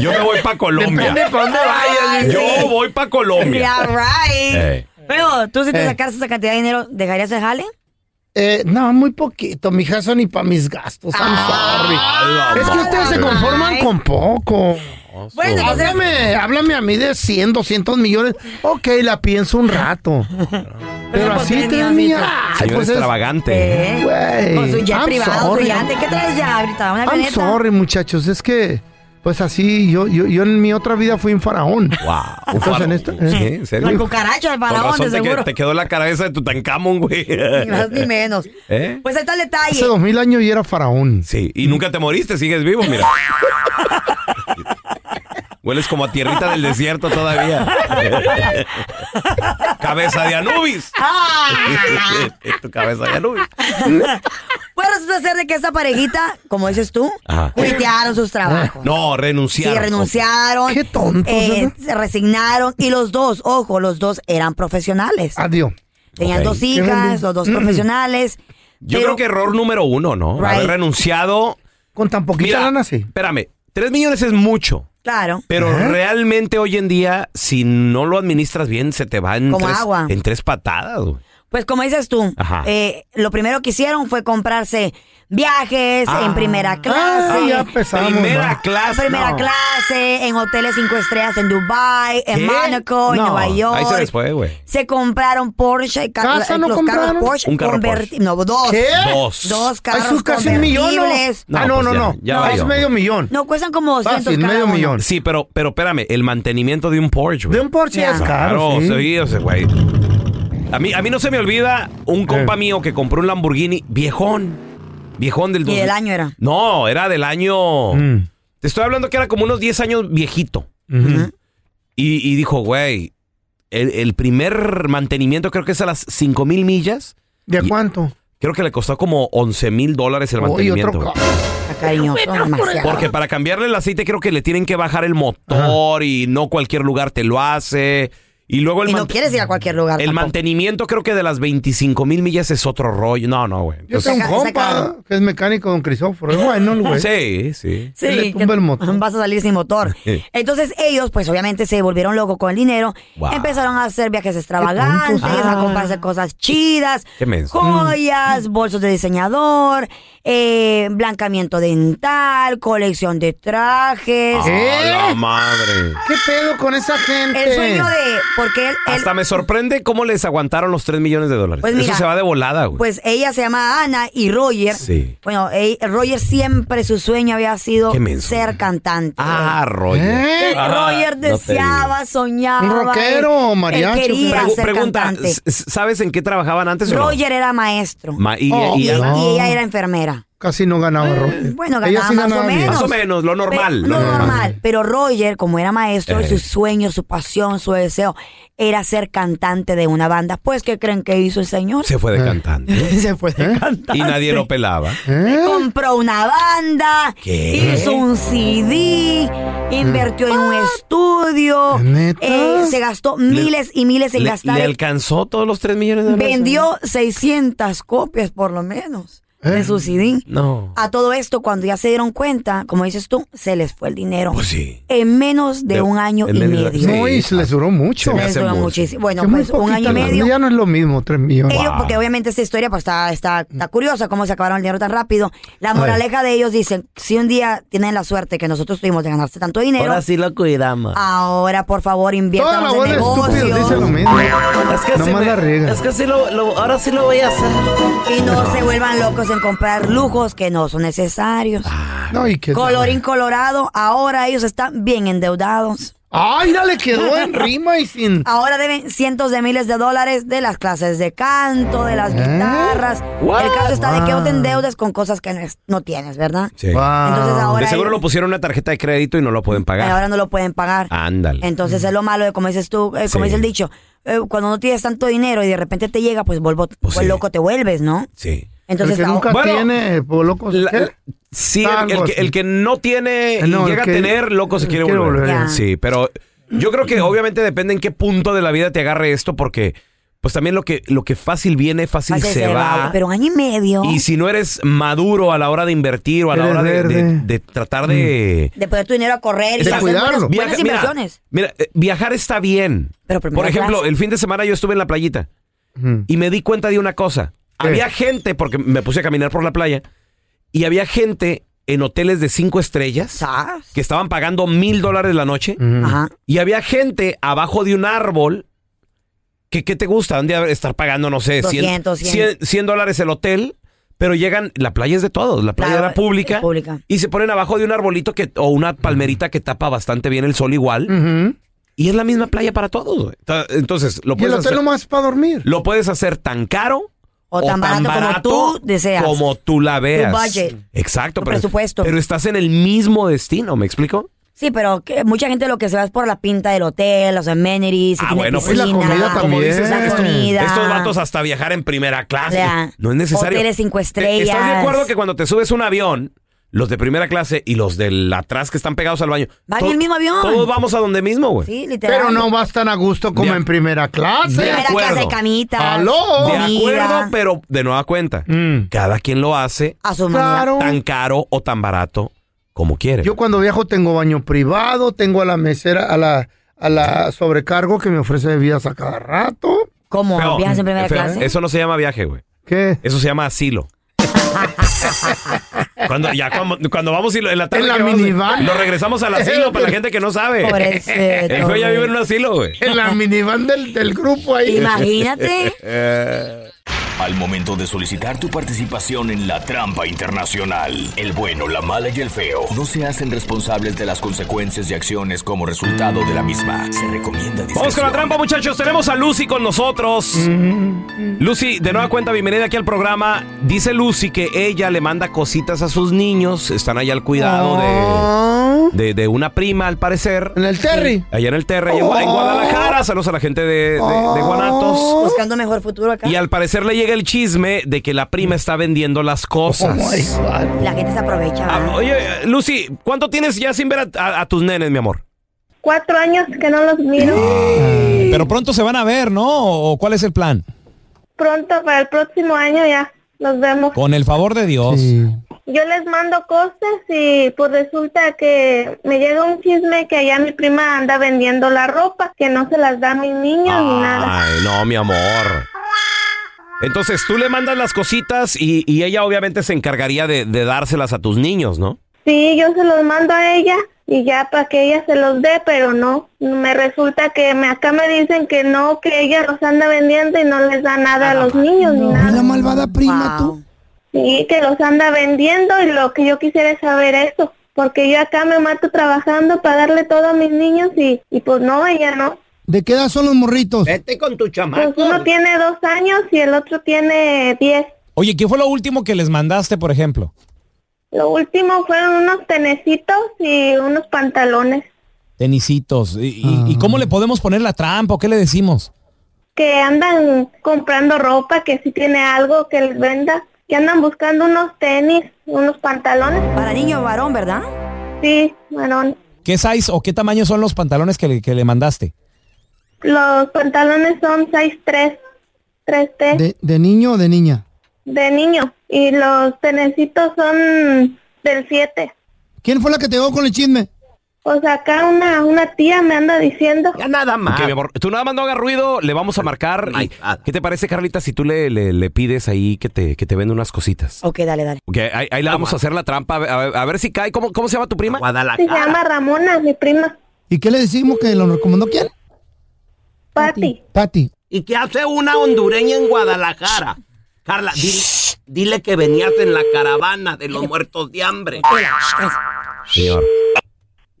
S2: Yo me voy para Colombia.
S3: Depende pa' dónde vayas,
S4: dice.
S2: Yo voy para Colombia.
S4: Yeah, right.
S2: Ey.
S4: Pero tú si te
S3: Eh.
S4: sacaras esa cantidad de dinero, ¿dejarías el jale?
S3: Eh, no, muy poquito, mija, eso ni para mis gastos. I'm sorry. Es que ustedes se conforman con poco.
S4: Bueno, entonces-
S3: háblame, háblame a mí de 100, 200 millones. Ok, la pienso un rato. Pero
S4: ¿por qué
S3: así te
S4: ni
S3: da
S4: así
S3: mía.
S4: tú?
S3: Ay,
S2: Señor
S3: pues es-
S4: eh.
S2: extravagante.
S3: Güey,
S4: Con su jet
S3: I'm
S4: privado,
S3: sorry.
S4: su yate. ¿Qué traes ya ahorita? ¿Una
S3: I'm
S4: camioneta?
S3: sorry, muchachos. Es que, pues así, yo, yo, yo en mi otra vida fui un faraón.
S2: Wow.
S3: Entonces,
S2: Un
S3: en
S2: faraón.
S3: esta-
S2: Sí, en serio.
S4: La cucaracha del
S2: Con
S4: faraón, de
S2: razón te, que-
S4: seguro.
S2: te quedó la cabeza de Tutankamón, güey.
S4: Ni más ni menos.
S2: ¿Eh?
S4: Pues ahí está el detalle.
S3: Hace dos mil años yo era faraón.
S2: Sí, y nunca te moriste, sigues vivo, mira. Hueles como a tierrita del desierto todavía. cabeza de Anubis.
S4: Ah,
S2: tu cabeza de Anubis.
S4: Pues resulta ser de que esa parejita, como dices tú,
S2: Ajá.
S4: cuitearon
S2: Ah,
S4: sus trabajos.
S2: No, renunciaron.
S4: Sí, renunciaron. Qué tontos. se resignaron. Y los dos, ojo, los dos eran profesionales.
S3: Adiós.
S4: Tenían
S2: Ok.
S4: dos
S2: Qué
S4: hijas,
S2: bonito.
S4: los dos
S2: Mm.
S4: profesionales.
S2: Yo creo que error número uno, ¿no?
S4: Right.
S2: Haber renunciado.
S3: Con tan poquita lana, sí.
S2: Espérame, tres millones es mucho.
S4: Claro.
S2: Pero realmente hoy en día, si no lo administras bien, se te va en,
S4: Como
S2: tres,
S4: agua.
S2: en tres patadas. güey.
S4: Pues como dices tú,
S2: Ajá.
S4: eh, lo primero que hicieron fue comprarse viajes
S2: Ah.
S4: en primera clase.
S3: Ah, ya empezamos,
S2: Primera
S3: ma.
S2: clase.
S4: Primera
S2: No.
S4: clase, en hoteles cinco estrellas en Dubai, en
S2: ¿Qué?
S4: Mónaco, en
S2: No,
S4: Nueva York.
S2: Ahí se les fue, güey.
S4: Se compraron Porsche, ca-
S3: ¿Casa no
S4: los
S3: compraron?
S4: carros Porsche,
S2: Un carro
S4: converti-
S2: Porsche.
S4: no, dos.
S3: ¿Qué?
S2: Dos.
S4: Dos
S3: Ay,
S4: carros
S3: sus casi un millón. ¿no?
S4: convertibles.
S2: No,
S3: ah, no,
S2: pues
S3: no,
S2: ya,
S3: no.
S2: ya
S3: No,
S2: valió.
S3: es medio millón.
S4: No, cuesten como 200
S3: Fácil,
S4: cada
S3: medio
S4: uno.
S3: millón.
S2: Sí, pero, pero espérame, el mantenimiento de un Porsche, güey.
S3: De un Porsche
S4: Ya.
S3: es caro.
S2: Claro,
S3: sí.
S2: sí, o sea, güey. A mí, a mí no se me olvida un
S3: Eh.
S2: compa mío que compró un Lamborghini viejón. Viejón del
S4: Y
S2: 2000.
S3: Pues,
S4: del año era.
S2: No, era del año.
S3: Mm.
S2: Te estoy hablando que era como unos 10 años viejito. Y, y dijo, güey, el, el primer mantenimiento creo que es a las 5 mil millas.
S3: ¿De cuánto?
S2: Creo que le costó como 11 mil dólares el
S3: Uy,
S2: mantenimiento.
S3: otro
S2: güey.
S3: pues,
S4: Está cariñoso, demasiado.
S2: Porque para cambiarle el aceite creo que le tienen que bajar el motor y no cualquier lugar te lo hace. Y luego el
S4: Y no
S2: mante-
S4: quieres ir a cualquier lugar.
S2: el
S4: tampoco.
S2: mantenimiento creo que de las 25 mil millas es otro rollo. No, no, güey.
S3: Yo
S2: Entonces-
S3: tengo un
S4: Saca-
S3: compa
S4: saca-
S3: que es mecánico, don Crisóforo. Es bueno, el güey.
S2: Sí, sí.
S3: Se le
S4: Sí,
S3: tumba el motor.
S4: vas a salir sin motor.
S2: Eh.
S4: Entonces ellos, pues obviamente se volvieron locos con el dinero.
S2: Wow.
S4: Empezaron a hacer viajes extravagantes,
S3: Ah.
S4: a comprarse cosas chidas,
S2: Qué menso. Mm.
S4: joyas, bolsos de diseñador, eh, blancamiento dental, colección de trajes.
S2: ¡A la madre!
S3: ¿Eh? ¿Qué pedo con esa gente?
S4: El sueño de, porque él, él-
S2: Hasta me sorprende cómo les aguantaron los 3 millones de dólares.
S4: Pues mira,
S2: Eso se va de volada, güey.
S4: pues ella se llama Ana y Roger.
S2: Sí.
S4: Bueno, eh, Roger siempre su sueño había sido
S2: Qué menso. ¿eh?
S4: ser cantante.
S2: ah, rollo.
S3: ¿Eh?
S4: Roger deseaba, soñaba.
S3: Un rockero,
S4: pues, ah, él- él
S3: mariachi,
S4: quería
S2: Pregu-
S4: ser
S2: pregunta,
S4: cantante.
S2: s- s- ¿sabes en qué trabajaban antes o no?
S4: Roger era maestro.
S2: Ma- Ah, y-
S3: Oh,
S4: y,
S2: y-
S4: él-
S2: no.
S4: y ella era enfermera.
S3: casi no ganaba Roger.
S4: Bueno,
S3: Ella
S4: ganaba
S3: sí
S4: más o
S3: ganaba bien.
S4: menos.
S2: Más o menos, lo normal.
S4: Lo normal. Pero Roger, como era maestro,
S2: Eh.
S4: su sueño, su pasión, su deseo era ser cantante de una banda. Pues, ¿qué creen que hizo el señor?
S2: Se fue
S3: Eh.
S2: de ¿Eh? cantante.
S4: Eh. Se fue de cantante.
S2: Y nadie lo pelaba.
S4: Compró una banda,
S2: ¿Qué? ¿Eh? Ah.
S4: hizo un CD, invirtió en un estudio, eh, se gastó miles y miles en
S2: Le,
S4: gastar.
S2: le alcanzó todos los 3 millones de dólares?
S4: Vendió 600 copias por lo menos
S3: Eh.
S4: de su CD.
S2: No.
S4: A todo esto, cuando ya se dieron cuenta, como dices tú, se les fue el dinero.
S2: Pues sí.
S4: En menos de,
S3: De-
S4: un año
S3: en
S4: y
S3: menos de-
S4: medio.
S3: No, y se les duró mucho.
S4: Se me Les hace duró mucho. muchísimo. Bueno, pues, un año y medio.
S3: Ya no es lo mismo, tres millones.
S4: Ellos, Eh, porque obviamente esta historia pues, está, está, está curiosa, cómo se acabaron el dinero tan rápido. La
S3: ver.
S4: moraleja de ellos dicen, si un día tienen la suerte que nosotros tuvimos de ganarse tanto dinero, ahora,
S2: lo
S4: Ah.
S2: cuidamos.
S4: por
S3: Toda
S4: favor
S3: la
S4: inviertan en
S3: bola de estúpidos dice lo
S4: negocios
S3: mismo.
S2: Es que
S3: Nomás
S2: sí me-
S3: la riega.
S2: es que sí lo, lo- ahora sí lo voy a hacer.
S4: y no se vuelvan locos en comprar lujos que no son necesarios.
S2: Ah,
S3: No, y que
S4: Colorín colorado, ahora ellos están bien endeudados.
S3: ¡Ay, ya le quedó en rima y sin...
S4: Ahora deben cientos de miles de dólares de las clases de canto, de las
S3: ¿Eh?
S4: guitarras.
S2: What?
S4: El caso está de que no te
S2: Wow.
S4: endeudes con cosas que no es- no tienes, ¿verdad?
S2: Sí. de seguro lo pusieron en una tarjeta de crédito y no lo pueden pagar. Ah,
S4: Ahora no lo pueden pagar.
S2: Ándale.
S4: Entonces es lo malo de, como dices tú, eh, como
S2: Sí.
S4: dice el dicho, eh, cuando no tienes tanto dinero y de repente te llega, pues, vuelvo, pues, loco te vuelves, ¿no?
S2: Sí.
S4: Entonces,
S3: el que nunca
S4: ahora-
S3: tiene, por loco. se queda.
S2: Sí, el, el
S3: Algo
S2: que,
S3: así.
S2: el que Eh, no tiene y
S3: No, el
S2: llega a
S3: que-
S2: tener, loco, se quiere
S3: quiere
S2: volver.
S3: volver. Ya.
S2: Sí, pero yo creo que obviamente depende en qué punto de la vida te agarre esto, porque pues también lo que, lo que fácil viene, fácil
S4: Hace
S2: se,
S4: ese
S2: va.
S4: baile, Pero año y medio
S2: Y si no eres maduro a la hora de invertir o a la
S3: Eres
S2: hora de, de-
S3: verde.
S2: de tratar de...
S4: de poner tu dinero a correr y
S2: de
S4: hacer buenas, buenas
S2: Viaja- mira,
S4: inversiones.
S2: Mira, eh, viajar está bien. Por ejemplo,
S4: clase.
S2: el fin de semana yo estuve en la playita y me di cuenta de una cosa. Había gente, porque me puse a caminar por la playa, y había gente en hoteles de cinco estrellas que estaban pagando mil dólares la noche. Y había gente abajo de un árbol que, ¿qué te gusta? Han de estar pagando, no sé, 100,
S4: 200, 100.
S2: 100 dólares el hotel, pero llegan, la playa es de todos, la playa
S4: Claro,
S2: era pública, y se ponen abajo de un arbolito que, o una palmerita que tapa bastante bien el sol igual, y es la misma playa para todos. güey. Ta- Entonces, lo
S3: Y el
S2: puedes,
S3: hotel
S2: hacer,
S3: nomás para dormir.
S2: lo puedes hacer tan caro
S4: O tan barato como tú deseas.
S2: como tú la veas.
S4: budget.
S2: Exacto,
S4: Tu
S2: pero,
S4: presupuesto.
S2: pero estás en el mismo destino, ¿me explico?
S4: Sí, pero que mucha gente lo que se va es por la pinta del hotel, los amenities, si
S2: Ah,
S4: tiene
S2: bueno, pues
S4: piscina,
S2: Como dices,
S4: la
S2: estos,
S4: comida.
S2: estos vatos hasta viajar en primera
S4: o
S2: clase.
S4: sea,
S2: no es necesario.
S4: Hoteles cinco
S2: Eh,
S4: estrellas.
S2: ¿Estás de acuerdo que cuando te subes a un avión, los de primera clase y los del atrás que están pegados al baño,
S4: Van en
S2: to-
S4: el mismo avión.
S2: Todos vamos a donde mismo, güey.
S4: Sí, literal.
S3: Pero no vas tan a gusto como en primera clase.
S4: Primera clase de camitas.
S3: Aló. Mm.
S2: De
S4: comida.
S2: acuerdo, pero de nueva cuenta, cada quien lo hace
S4: A su manera.
S3: Claro.
S2: tan caro o tan barato como quiere.
S3: Yo cuando viajo tengo baño privado, tengo a la mesera, a la, a la sobrecargo que me ofrece bebidas a cada rato.
S4: ¿Cómo?
S2: Feo.
S4: ¿Viajas en primera
S2: Feo.
S4: clase?
S2: Eso no se llama viaje, güey.
S3: ¿Qué?
S2: Eso se llama asilo. cuando, ya, cuando, cuando vamos y lo- en la tarde
S3: En la
S2: que vamos,
S3: minivan.
S2: nos regresamos al asilo para la gente que no sabe.
S3: Pobrecito,
S2: El feo ya
S3: güey.
S2: vive en un asilo, güey.
S3: En la minivan del, del grupo ahí.
S14: Al momento de solicitar tu participación en la trampa internacional, el bueno, la mala y el feo no se hacen responsables de las consecuencias y acciones como resultado de la misma. Se recomienda
S2: Vamos con la trampa, muchachos. Tenemos a Lucy con nosotros. Lucy, de nueva cuenta, bienvenida aquí al programa. Dice Lucy que ella le manda cositas a sus niños. Están allá al cuidado de, de, de una prima, al parecer. En
S3: Oh. el Terry. Oh.
S2: Allá en el Terry, en Gua- en Guadalajara. Saludos a la gente de, de- de Guanatos.
S4: Buscando mejor futuro acá.
S2: Y al parecer le llega el chisme de que la prima está vendiendo las
S3: Oh
S2: cosas.
S4: La gente se aprovecha. ¿verdad?
S2: Oye, eh, Lucy, ¿cuánto tienes ya sin ver a, a- a tus nenes, mi amor?
S15: Cuatro años que no los miro.
S16: Pero pronto se van a ver, ¿no? ¿O cuál es el plan?
S15: Pronto, para el próximo año ya nos vemos.
S16: Con el favor de Dios.
S15: Yo les mando cosas y pues resulta que me llega un chisme que allá mi prima anda vendiendo la ropa, que no se las da a mis niños ni nada.
S2: Ay, no, mi amor. Entonces tú le mandas las cositas y, y ella obviamente se encargaría de, de dárselas a tus niños, ¿no?
S15: Sí, yo se los mando a ella y ya para que ella se los dé, pero no. Me resulta que me, acá me dicen que no, que ella los anda vendiendo y no les da nada a los niños ni nada. la malvada prima tú? Sí, que los anda vendiendo y lo que yo quisiera es saber eso, porque yo acá me mato trabajando para darle todo a mis niños y, y pues no, ella no.
S17: ¿De qué edad son los morritos?
S2: Vete con tu
S15: Pues uno tiene dos años y el otro tiene diez.
S16: Oye, ¿qué fue lo último que les mandaste, por ejemplo?
S15: Lo último fueron unos tenecitos y unos pantalones
S16: Tenisitos. ¿Y, y-
S15: Ah.
S16: y cómo le podemos poner la trampa? o ¿Qué le decimos?
S15: que andan comprando ropa, que si tiene algo que les venda, que andan buscando unos tenis, unos pantalones. Para niño varón, ¿verdad? Sí, varón.
S16: ¿Qué size o qué tamaño son los pantalones que le, que le mandaste?
S15: Los pantalones son 6'3", 3T, de,
S3: ¿De, de niño o de niña?
S15: niño. Y los tenecitos son del 7.
S3: ¿Quién fue la que te dio con el chisme?
S15: Pues acá una, una tía me anda diciendo.
S2: Ya nada
S15: más.
S2: Ok, mi amor, tú nada más no hagas ruido, le vamos a marcar. y-
S15: ah.
S2: ¿Qué te parece, Carlita, si tú le, le- le pides ahí que te, que te venda unas cositas?
S4: Ok, dale, dale.
S2: Ok, ahí, ahí le vamos a hacer la trampa. A ver, a ver- a ver si cae. ¿Cómo, cómo se llama tu prima?
S15: Sí, se llama Ramona, mi prima.
S3: ¿Y qué le decimos que lo recomendó quién?
S15: Pati.
S3: Pati.
S10: ¿Y qué hace una hondureña en Guadalajara? Carla, di- dile que venías en la caravana de los muertos de hambre.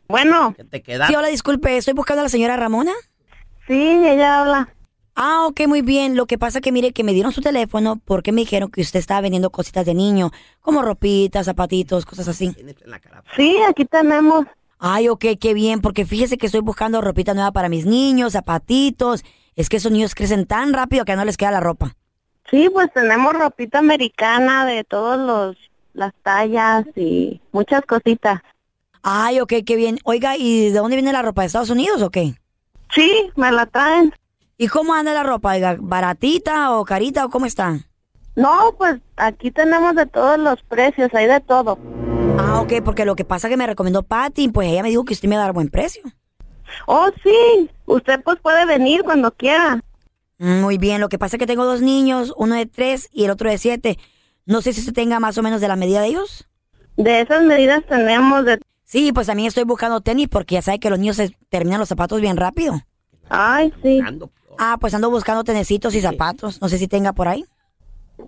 S4: Bueno.
S10: Te quedas.
S4: Sí, hola, disculpe, estoy buscando a la señora Ramona.
S15: Sí, ella habla.
S4: Ah, ok, muy bien. Lo que pasa que mire que me dieron su teléfono porque me dijeron que usted estaba vendiendo cositas de niño, como ropitas, zapatitos, cosas así.
S15: Sí, aquí tenemos.
S4: Ay, ok, qué bien, porque fíjese que estoy buscando ropita nueva para mis niños, zapatitos. Es que esos niños crecen tan rápido que ya no les queda la ropa.
S15: Sí, pues tenemos ropita americana de todos los las tallas y muchas cositas.
S4: Ay, ok, qué bien. Oiga, ¿y de dónde viene la ropa? ¿De Estados Unidos o qué?
S15: Sí, me la traen.
S4: ¿Y cómo anda la ropa? Oiga, ¿baratita o carita o cómo está?
S15: No, pues aquí tenemos de todos los precios, hay de todo.
S4: Ah, ok, porque lo que pasa que me recomendó Patty, pues ella me dijo que usted me iba a dar buen precio.
S15: Oh, sí, usted pues puede venir cuando quiera.
S4: Mm, Muy bien, lo que pasa es que tengo dos niños, uno de tres y el otro de siete. No sé si usted tenga más o menos de la medida de ellos.
S15: De esas medidas tenemos de...
S4: Sí, pues también estoy buscando tenis porque ya sabe que los niños se terminan los zapatos bien rápido.
S15: Ay, sí.
S4: Ah, pues ando buscando tenesitos y zapatos. No sé si tenga por ahí.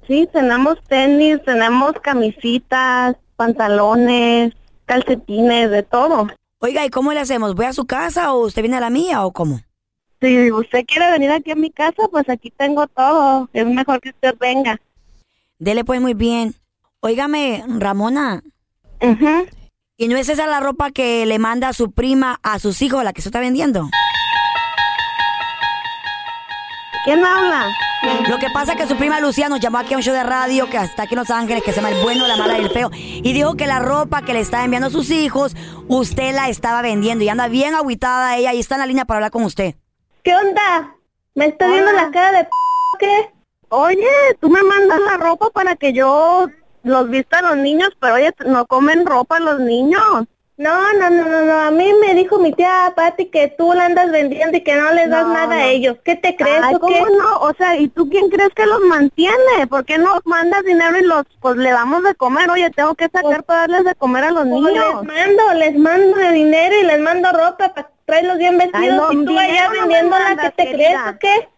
S15: Sí, tenemos tenis, tenemos camisitas, pantalones, calcetines, de todo.
S4: Oiga, ¿y cómo le hacemos? ¿Voy a su casa o usted viene a la mía o cómo?
S15: Si usted quiere venir aquí a mi casa, pues aquí tengo todo. Es mejor que usted venga.
S4: Dele pues muy bien. Óigame, Ramona. ¿Y no es esa la ropa que le manda su prima a sus hijos, la que se está vendiendo?
S15: ¿Quién habla?
S4: Lo que pasa es que su prima Lucía nos llamó aquí a un show de radio que hasta aquí en Los Ángeles, que se llama El Bueno, la Mala y el Feo, y dijo que la ropa que le estaba enviando a sus hijos, usted la estaba vendiendo y anda bien agüitada ella y está en la línea para hablar con usted. Ah.
S15: ¿Qué onda? ¿Me está viendo la cara de p o qué? Oye, tú me mandas la ropa para que yo los vista a los niños, pero oye, no comen ropa los niños. No, no, no, no, no. A mí me dijo mi tía Pati que tú la andas vendiendo y que no les das nada a ellos. ¿Qué te crees?
S9: Ay,
S15: o qué?
S9: ¿cómo
S15: no? O sea, ¿y tú quién crees que los mantiene? ¿Por qué no mandas dinero y los, pues le damos de comer? Oye, tengo que sacar para darles de comer a los niños.
S9: les
S15: mando, Pues, les mando dinero y les mando ropa para traerlos bien
S9: vestidos. Y tú allá vendiéndola,
S15: que te crees o qué?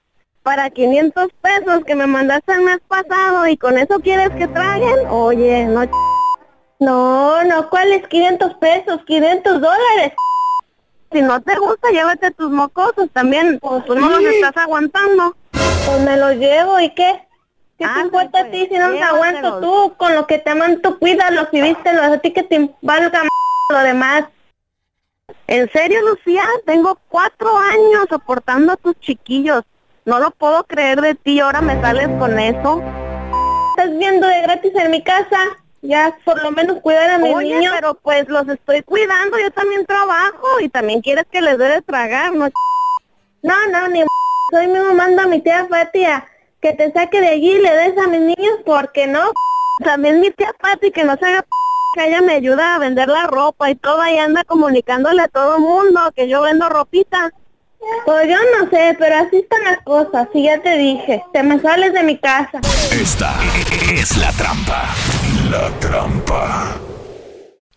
S15: Para 500 pesos que me mandaste el mes pasado y con eso quieres que traguen. Oye, no ch- No, no, ¿cuáles 500 pesos? 500 dólares. Si no te gusta, llévate tus mocosos también. Pues tú no los estás aguantando. Pues me los llevo, ¿y qué? ¿Qué te importa a ti si no los aguanto tú? Con lo que te aman tú cuídalos y vístelos. A ti que te valga m- lo demás. En serio, Lucía, tengo cuatro años soportando a tus chiquillos. No lo puedo creer de ti, ahora me sales con eso. Estás viendo de gratis en mi casa. Ya por lo menos cuidar a
S9: mis niños.
S15: pero pues los estoy cuidando, yo también trabajo y también quieres que les dé de tragar, no no, no, ni m- soy mismo mando a mi tía Pati a que te saque de allí y le des a mis niños porque no. También mi tía Pati que no se haga p- que ella me ayuda a vender la ropa y todo y anda comunicándole a todo mundo que yo vendo ropita. Pues yo no sé, pero así están las cosas, y ya te dije, te me sales de mi casa.
S14: Esta es la trampa. La trampa.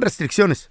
S3: restricciones.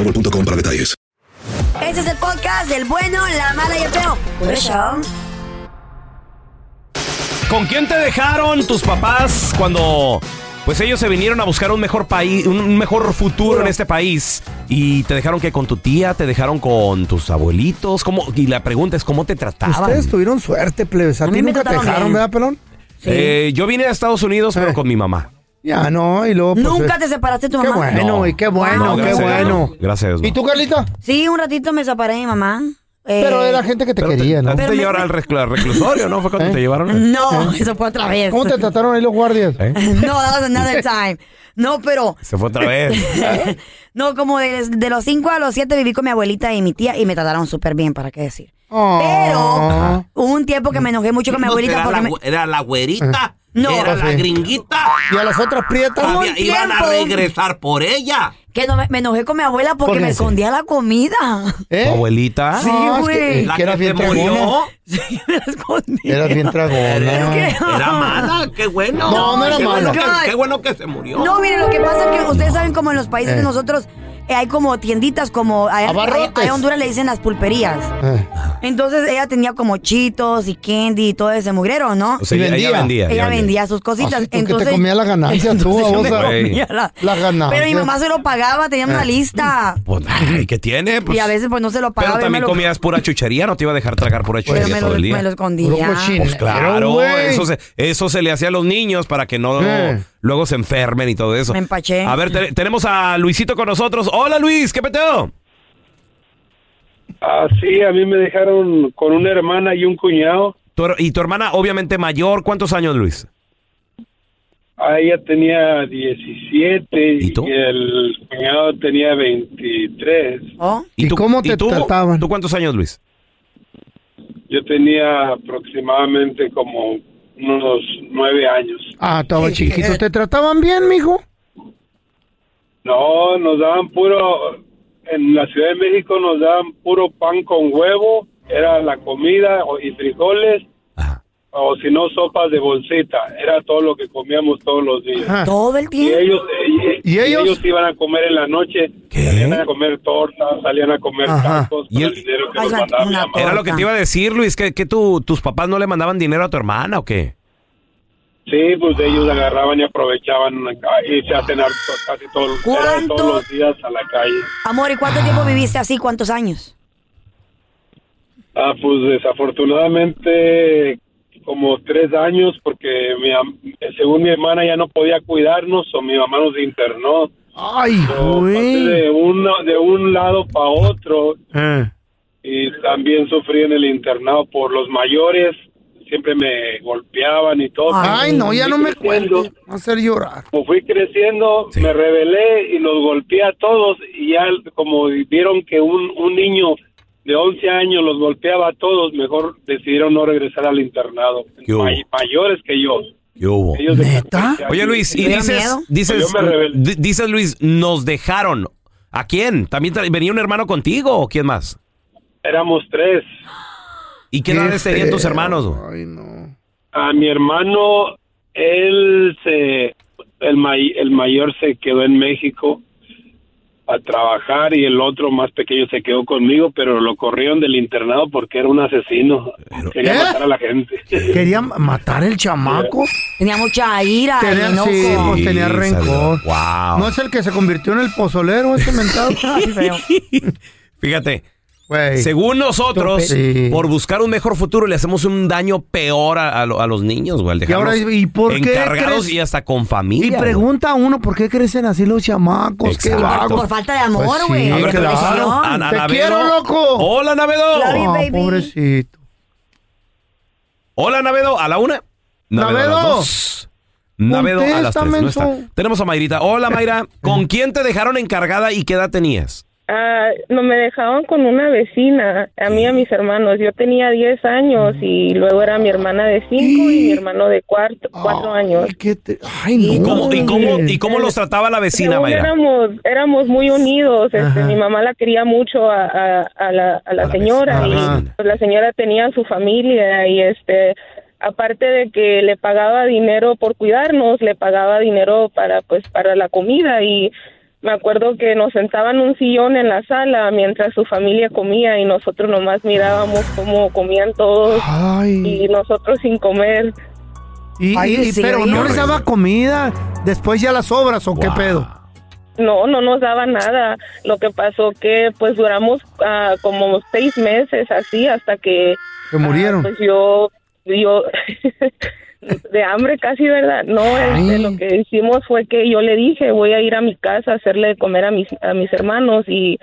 S17: para detalles.
S4: Este es el podcast del bueno, la mala y el feo. Por eso.
S2: ¿Con quién te dejaron tus papás cuando pues ellos se vinieron a buscar un mejor país, un- un mejor futuro en este país? Y te dejaron que con tu tía, te dejaron con tus abuelitos, ¿cómo? Y la pregunta es cómo te trataban.
S3: Ustedes tuvieron suerte, plebes. A,
S2: mí
S3: ti
S2: me
S3: nunca te
S2: trataron
S3: dejaron,
S2: bien.
S3: ¿verdad, pelón?
S2: Eh, yo vine a Estados Unidos, pero con mi mamá.
S3: Ya no, y luego. pues,
S4: Nunca
S3: eh,
S4: te separaste de tu
S3: Qué
S4: mamá.
S3: bueno, güey, qué bueno,
S2: No,
S3: qué
S2: gracias a Dios,
S3: bueno.
S2: no. Gracias a Dios, no.
S3: ¿Y tú, Carlita?
S4: Sí, un ratito me separé de mi mamá. Eh,
S3: Pero era gente que te quería, ¿no?
S2: ¿Te llevaron al recl- al reclusorio, no? ¿Fue cuando te llevaron?
S4: No,
S2: ¿Eh?
S4: eso fue otra vez.
S3: ¿Cómo te trataron ahí los guardias?
S4: No, that was another time. No, pero
S2: Se fue otra vez.
S4: No, como de, de los 5 a los 7 viví con mi abuelita y mi tía y me trataron súper bien, ¿para qué decir? Pero hubo un tiempo que me enojé mucho con mi
S10: No,
S4: abuelita
S10: era,
S4: porque
S10: la,
S4: me...
S10: gü- era la güerita.
S4: No.
S10: Era la
S4: Sí.
S10: gringuita.
S3: Y a las otras prietas.
S4: Hubo un
S10: iban a
S4: tiempo-
S10: regresar por ella.
S4: Que no, me, me enojé con mi abuela porque
S10: ¿Por
S4: me
S10: qué?
S4: escondía la comida.
S2: ¿Tu abuelita?
S4: Sí, güey.
S3: ¿Eh?
S4: La
S3: Ah, que eras
S4: que
S3: bien
S4: se murió.
S3: tragona. Eras bien tragona.
S10: Era mala, qué bueno.
S4: No, no era
S10: Qué bueno
S4: mala.
S10: que- Qué bueno que se murió.
S4: No, miren, lo que pasa es que ustedes saben como en los países de
S10: Eh.
S4: nosotros eh, hay como tienditas, como eh, allá, allá- allá en Honduras le dicen las pulperías.
S3: Eh,
S4: Entonces ella tenía como chitos y candy y todo ese mugrero, ¿no?
S2: O sea,
S4: Y
S2: ella- ella vendía,
S4: Ella
S2: ella
S4: vendía sus cositas.
S3: Así tú que
S4: entonces,
S3: te comía la ganancia, tú,
S4: Entonces yo me
S3: babosa.
S4: comía la-
S3: La ganancia.
S4: Pero mi mamá se lo pagaba, tenía una
S2: Eh.
S4: lista.
S2: Pues, ay, ¿qué tiene? Pues,
S4: y a veces pues no se lo
S2: pero
S4: pagaba. y me
S2: también
S4: lo-
S2: comías pura chuchería, no te iba a dejar tragar pura
S4: Pero
S2: chuchería
S4: me
S2: todo
S4: lo,
S2: el día.
S4: me lo escondía.
S2: Pues claro, eso se, eso se le hacía a los niños para que no
S4: Eh.
S2: luego se enfermen y todo eso. Ah.
S4: Me empaché.
S2: A ver, te- tenemos a Luisito con nosotros. Hola Luis, ¿qué peteo?
S18: Ah, sí, a mí me dejaron con una hermana y un cuñado.
S2: Tu her- y tu hermana, obviamente mayor, ¿cuántos años Luis?
S18: Ah, ella tenía 17 ¿Y, el cuñado tenía 23.
S3: ¿Y, cómo te
S2: tú?
S3: trataban?
S2: ¿Tú cuántos años Luis?
S18: Yo tenía aproximadamente como unos 9 años.
S3: Ah, estaba
S4: eh.
S3: chiquito. ¿Te trataban bien, mijo?
S18: No, nos daban puro, en la Ciudad de México nos daban puro pan con huevo, era la comida o- y frijoles, o si no sopas de bolsita, era todo lo que comíamos todos los días.
S4: Todo el tiempo.
S18: Y ellos, y- y ellos iban a comer en la noche, salían a comer tortas, salían a comer
S2: Ajá.
S18: tacos
S2: Y
S18: con
S2: el-
S18: el dinero que nos mandaba mi mamá.
S2: Era lo que te iba a decir Luis, que, que tu- tus papás no le mandaban dinero a tu hermana o qué?
S18: Sí, pues ellos agarraban y aprovechaban y se hacen casi todo- eran todos los días a la calle.
S4: Amor, ¿y cuánto tiempo viviste así? ¿Cuántos años?
S18: Ah, pues desafortunadamente como tres años porque mi am- según mi hermana ya no podía cuidarnos o mi mamá nos internó.
S3: Ay,
S18: Pasé
S3: güey.
S18: De, uno, de un lado para otro
S3: Eh.
S18: y también sufrí en el internado por los mayores. Siempre me golpeaban y todo.
S3: Ay, no, ya no me
S18: cuento.
S3: Va a hacer llorar.
S18: Como Pues fui creciendo, me rebelé y los golpeé a todos. Y ya como vieron que un, un niño de 11 años los golpeaba a todos, mejor decidieron no regresar al internado.
S2: ¿Qué hubo?
S18: May- mayores que yo.
S2: ¿Qué hubo?
S18: Ellos de 14 años. Pues
S2: Oye Luis, y
S18: ¿Te dio
S2: dices,
S18: ¿Ah? miedo?
S2: dices,
S18: Yo me rebelé.
S2: di- dices Luis, nos dejaron. ¿A quién? ¿También tra- venía un hermano contigo o quién más?
S18: Éramos tres.
S2: ¿Y qué,
S18: Qué
S2: edades tenían tus
S3: Este,
S18: feo.
S2: hermanos? güey?
S18: A mi hermano, él se, el, may- el mayor se quedó en México a trabajar y el otro más pequeño se quedó conmigo, pero lo corrieron del internado porque era un asesino. Quería matar a la gente.
S3: Quería matar el chamaco.
S4: Tenía mucha ira.
S3: Tenía,
S4: y enojo.
S3: sí, pues, tenía
S2: Sí,
S3: rencor.
S2: salió.
S10: Ah.
S2: Wow.
S3: No es el que se convirtió en el pozolero, ese mentado.
S2: Fíjate. Según nosotros,
S3: Estúpido. Sí.
S2: por buscar un mejor futuro, le hacemos un daño peor a, a lo- a los niños, güey. al
S3: Y ahora,
S2: dejarlos
S3: ¿y por qué
S2: Encargados
S3: crees?
S2: y hasta con familia.
S3: Y pregunta a uno por qué crecen así los chamacos. Qué
S2: Exacto.
S3: vago.
S4: Por falta de amor,
S3: Pues sí,
S4: güey.
S2: A ver,
S3: claro.
S2: claro. A- a-
S3: Te
S2: Navedo.
S3: quiero, loco.
S2: Hola, Navedo.
S3: Ah, pobrecito.
S2: Hola, Navedo, a la una.
S3: Navedo.
S2: a las dos. Navedo a las tres.
S19: Contesta,
S2: No está.
S19: menso.
S2: Tenemos a Mayrita. Hola, Mayra. ¿Con quién te dejaron encargada y qué edad tenías?
S19: Ah, no me dejaban con una vecina, a mí y a mis hermanos. Yo tenía 10 años y luego era mi hermana de 5 y mi hermano de 4
S2: Oh,
S19: años.
S2: ¿Y cómo, y cómo, y cómo los trataba la vecina,
S19: Según
S2: Mayra?
S19: éramos, éramos muy unidos. este,
S2: Ajá.
S19: mi mamá la quería mucho a, a- a la, a la señora
S2: vecina. A la
S19: y pues, la señora tenía su familia y este aparte de que le pagaba dinero por cuidarnos, le pagaba dinero para pues para la comida y me acuerdo que nos sentaban un sillón en la sala mientras su familia comía y nosotros nomás mirábamos cómo comían todos y nosotros sin comer.
S3: Y,
S19: Ay,
S3: y-
S19: sí,
S3: pero
S19: oye.
S3: no les daba comida. Después ya las obras o qué pedo.
S19: No, no nos daba nada. Lo que pasó que pues duramos ah, como seis meses así hasta que
S3: Se murieron.
S19: pues yo, yo de hambre casi, ¿verdad? No, este, lo que hicimos fue que yo le dije, voy a ir a mi casa a hacerle de comer a mis, a mis hermanos y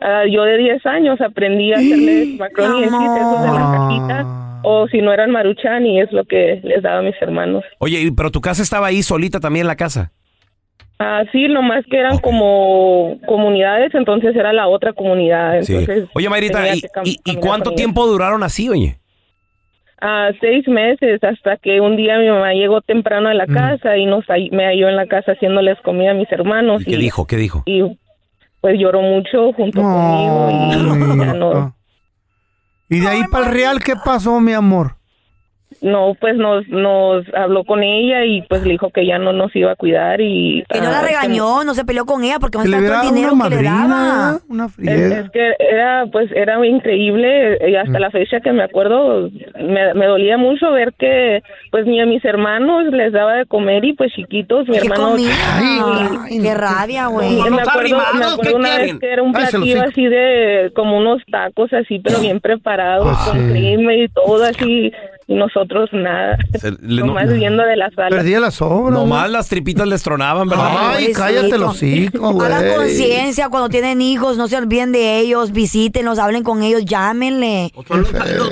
S19: ah, yo de 10 años aprendí a hacerles macaroni and cheese, esos de
S3: Ah.
S19: las cajitas, o si no eran maruchan y es lo que les daba a mis hermanos.
S2: Oye, y- pero tu casa estaba ahí solita también en la casa.
S19: Ah, sí, nomás que eran como comunidades, entonces era la otra comunidad.
S2: Sí.
S19: Entonces
S2: Oye, Mayrita,
S19: tenía
S2: ¿y,
S19: que cam-
S2: y- y
S19: caminar
S2: cuánto
S19: con
S2: tiempo duraron así, oye?
S19: ella. Ah, seis meses, hasta que un día mi mamá llegó temprano de la
S2: Mm.
S19: casa y nos hall- me halló en la casa haciéndoles comida a mis hermanos.
S2: ¿Y qué dijo? ¿Qué dijo?
S19: Y pues lloró mucho junto
S2: Mm.
S19: conmigo y ya no.
S3: Y de ahí para el real, ¿qué pasó, mi amor?
S19: No, pues nos, nos habló con ella y pues le dijo que ya no nos iba a cuidar y...
S4: Que no la
S19: ah,
S4: regañó, no se peleó con ella porque no
S19: Que le
S4: está todo el
S19: hubiera
S4: dinero
S19: dado una
S4: que le
S19: madrina,
S4: daba. Eh,
S3: Una
S19: Es, es que era, pues, era increíble eh,
S2: Mm.
S19: hasta la fecha que me acuerdo, me, me dolía mucho ver que, pues, ni a mis hermanos les daba de comer y, pues, chiquitos, mi
S4: ¿Qué
S19: hermano...
S4: comida?
S19: Y-
S4: Qué rabia, güey.
S19: me acuerdo, me acuerdo una vez que era un platillo así de como unos tacos así,
S2: Ah.
S19: pero bien preparados, con crema y todo así, y nosotros nada,
S2: le- no-
S19: nomás viendo de la sala.
S3: Perdía las obras.
S2: Nomás las tripitas les tronaban, ¿verdad?
S3: Ay, cállate los hocico, güey.
S4: Hagan conciencia cuando tienen hijos, no se olviden de ellos, visítenlos, hablen con ellos, llámenle.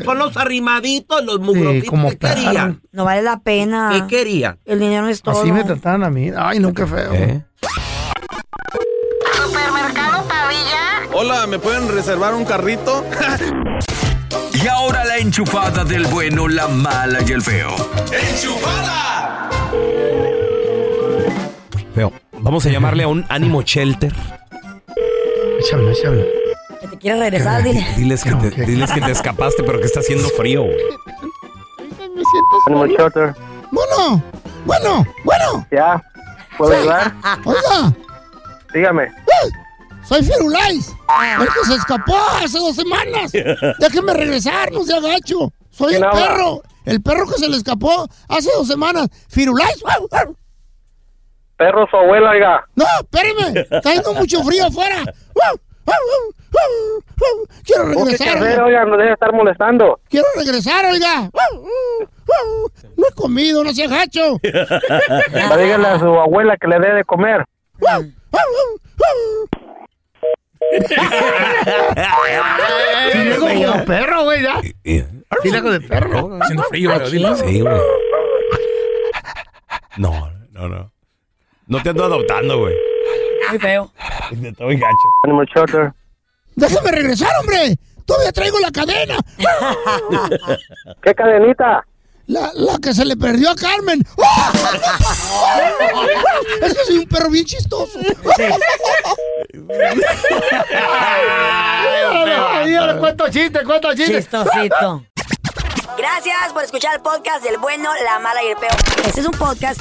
S10: Son los arrimaditos, los mugrofitos.
S3: como
S10: ¿Qué querían?
S4: No vale la pena.
S10: ¿Qué querían?
S4: El dinero no es todo.
S3: Así me trataban a mí. Ay, no, qué feo.
S20: Supermercado Pavilla.
S13: Hola, ¿me pueden reservar un carrito?
S14: Y ahora la enchufada del bueno, la mala y el feo.
S2: Feo. Vamos a llamarle a un ánimo shelter.
S3: Échame, échame.
S4: Que te quieres regresar, dile.
S2: Diles que, te, diles que te escapaste, pero que está haciendo frío. güey.
S8: Bueno, bueno, bueno. Ya,
S2: ¿puedo
S8: ayudar? Oiga. Dígame.
S2: ¡Uh!
S8: Soy Firulais, el que se escapó hace dos semanas. Déjeme regresar, no sea gacho. Soy
S21: ¿Quién
S8: el
S21: habla?
S8: perro, el perro que se le escapó hace dos semanas. Firulais.
S21: Perro su abuela, oiga.
S8: No, espéreme, está haciendo mucho frío afuera. Uh, Quiero
S21: ¿Cómo que
S8: regresar.
S21: Oh, qué hacer,
S8: oiga.
S21: oiga? No debe estar molestando.
S8: Quiero regresar, oiga. No he comido, no sea gacho.
S21: Pero Dígale a su abuela que le dé de comer.
S8: Uh,
S3: Tiene como de perro, güey, ya. Tiene como de perro.
S2: Haciendo frío,
S3: Ah,
S2: pero
S3: sí.
S2: dile. Sí, güey. No, no, no. No te ando adoptando, güey.
S4: Muy feo.
S2: Estoy gacho.
S21: Animal shelter.
S8: Déjame regresar, hombre. Todavía traigo la cadena.
S21: ¿Qué cadenita?
S8: La, la que se le perdió a Carmen. ¡Ah! Es que soy un perro bien chistoso.
S3: Dígale, cuento chiste, cuento chiste.
S4: Chistosito. Gracias por escuchar el podcast del bueno, la mala y el peor. Este es un podcast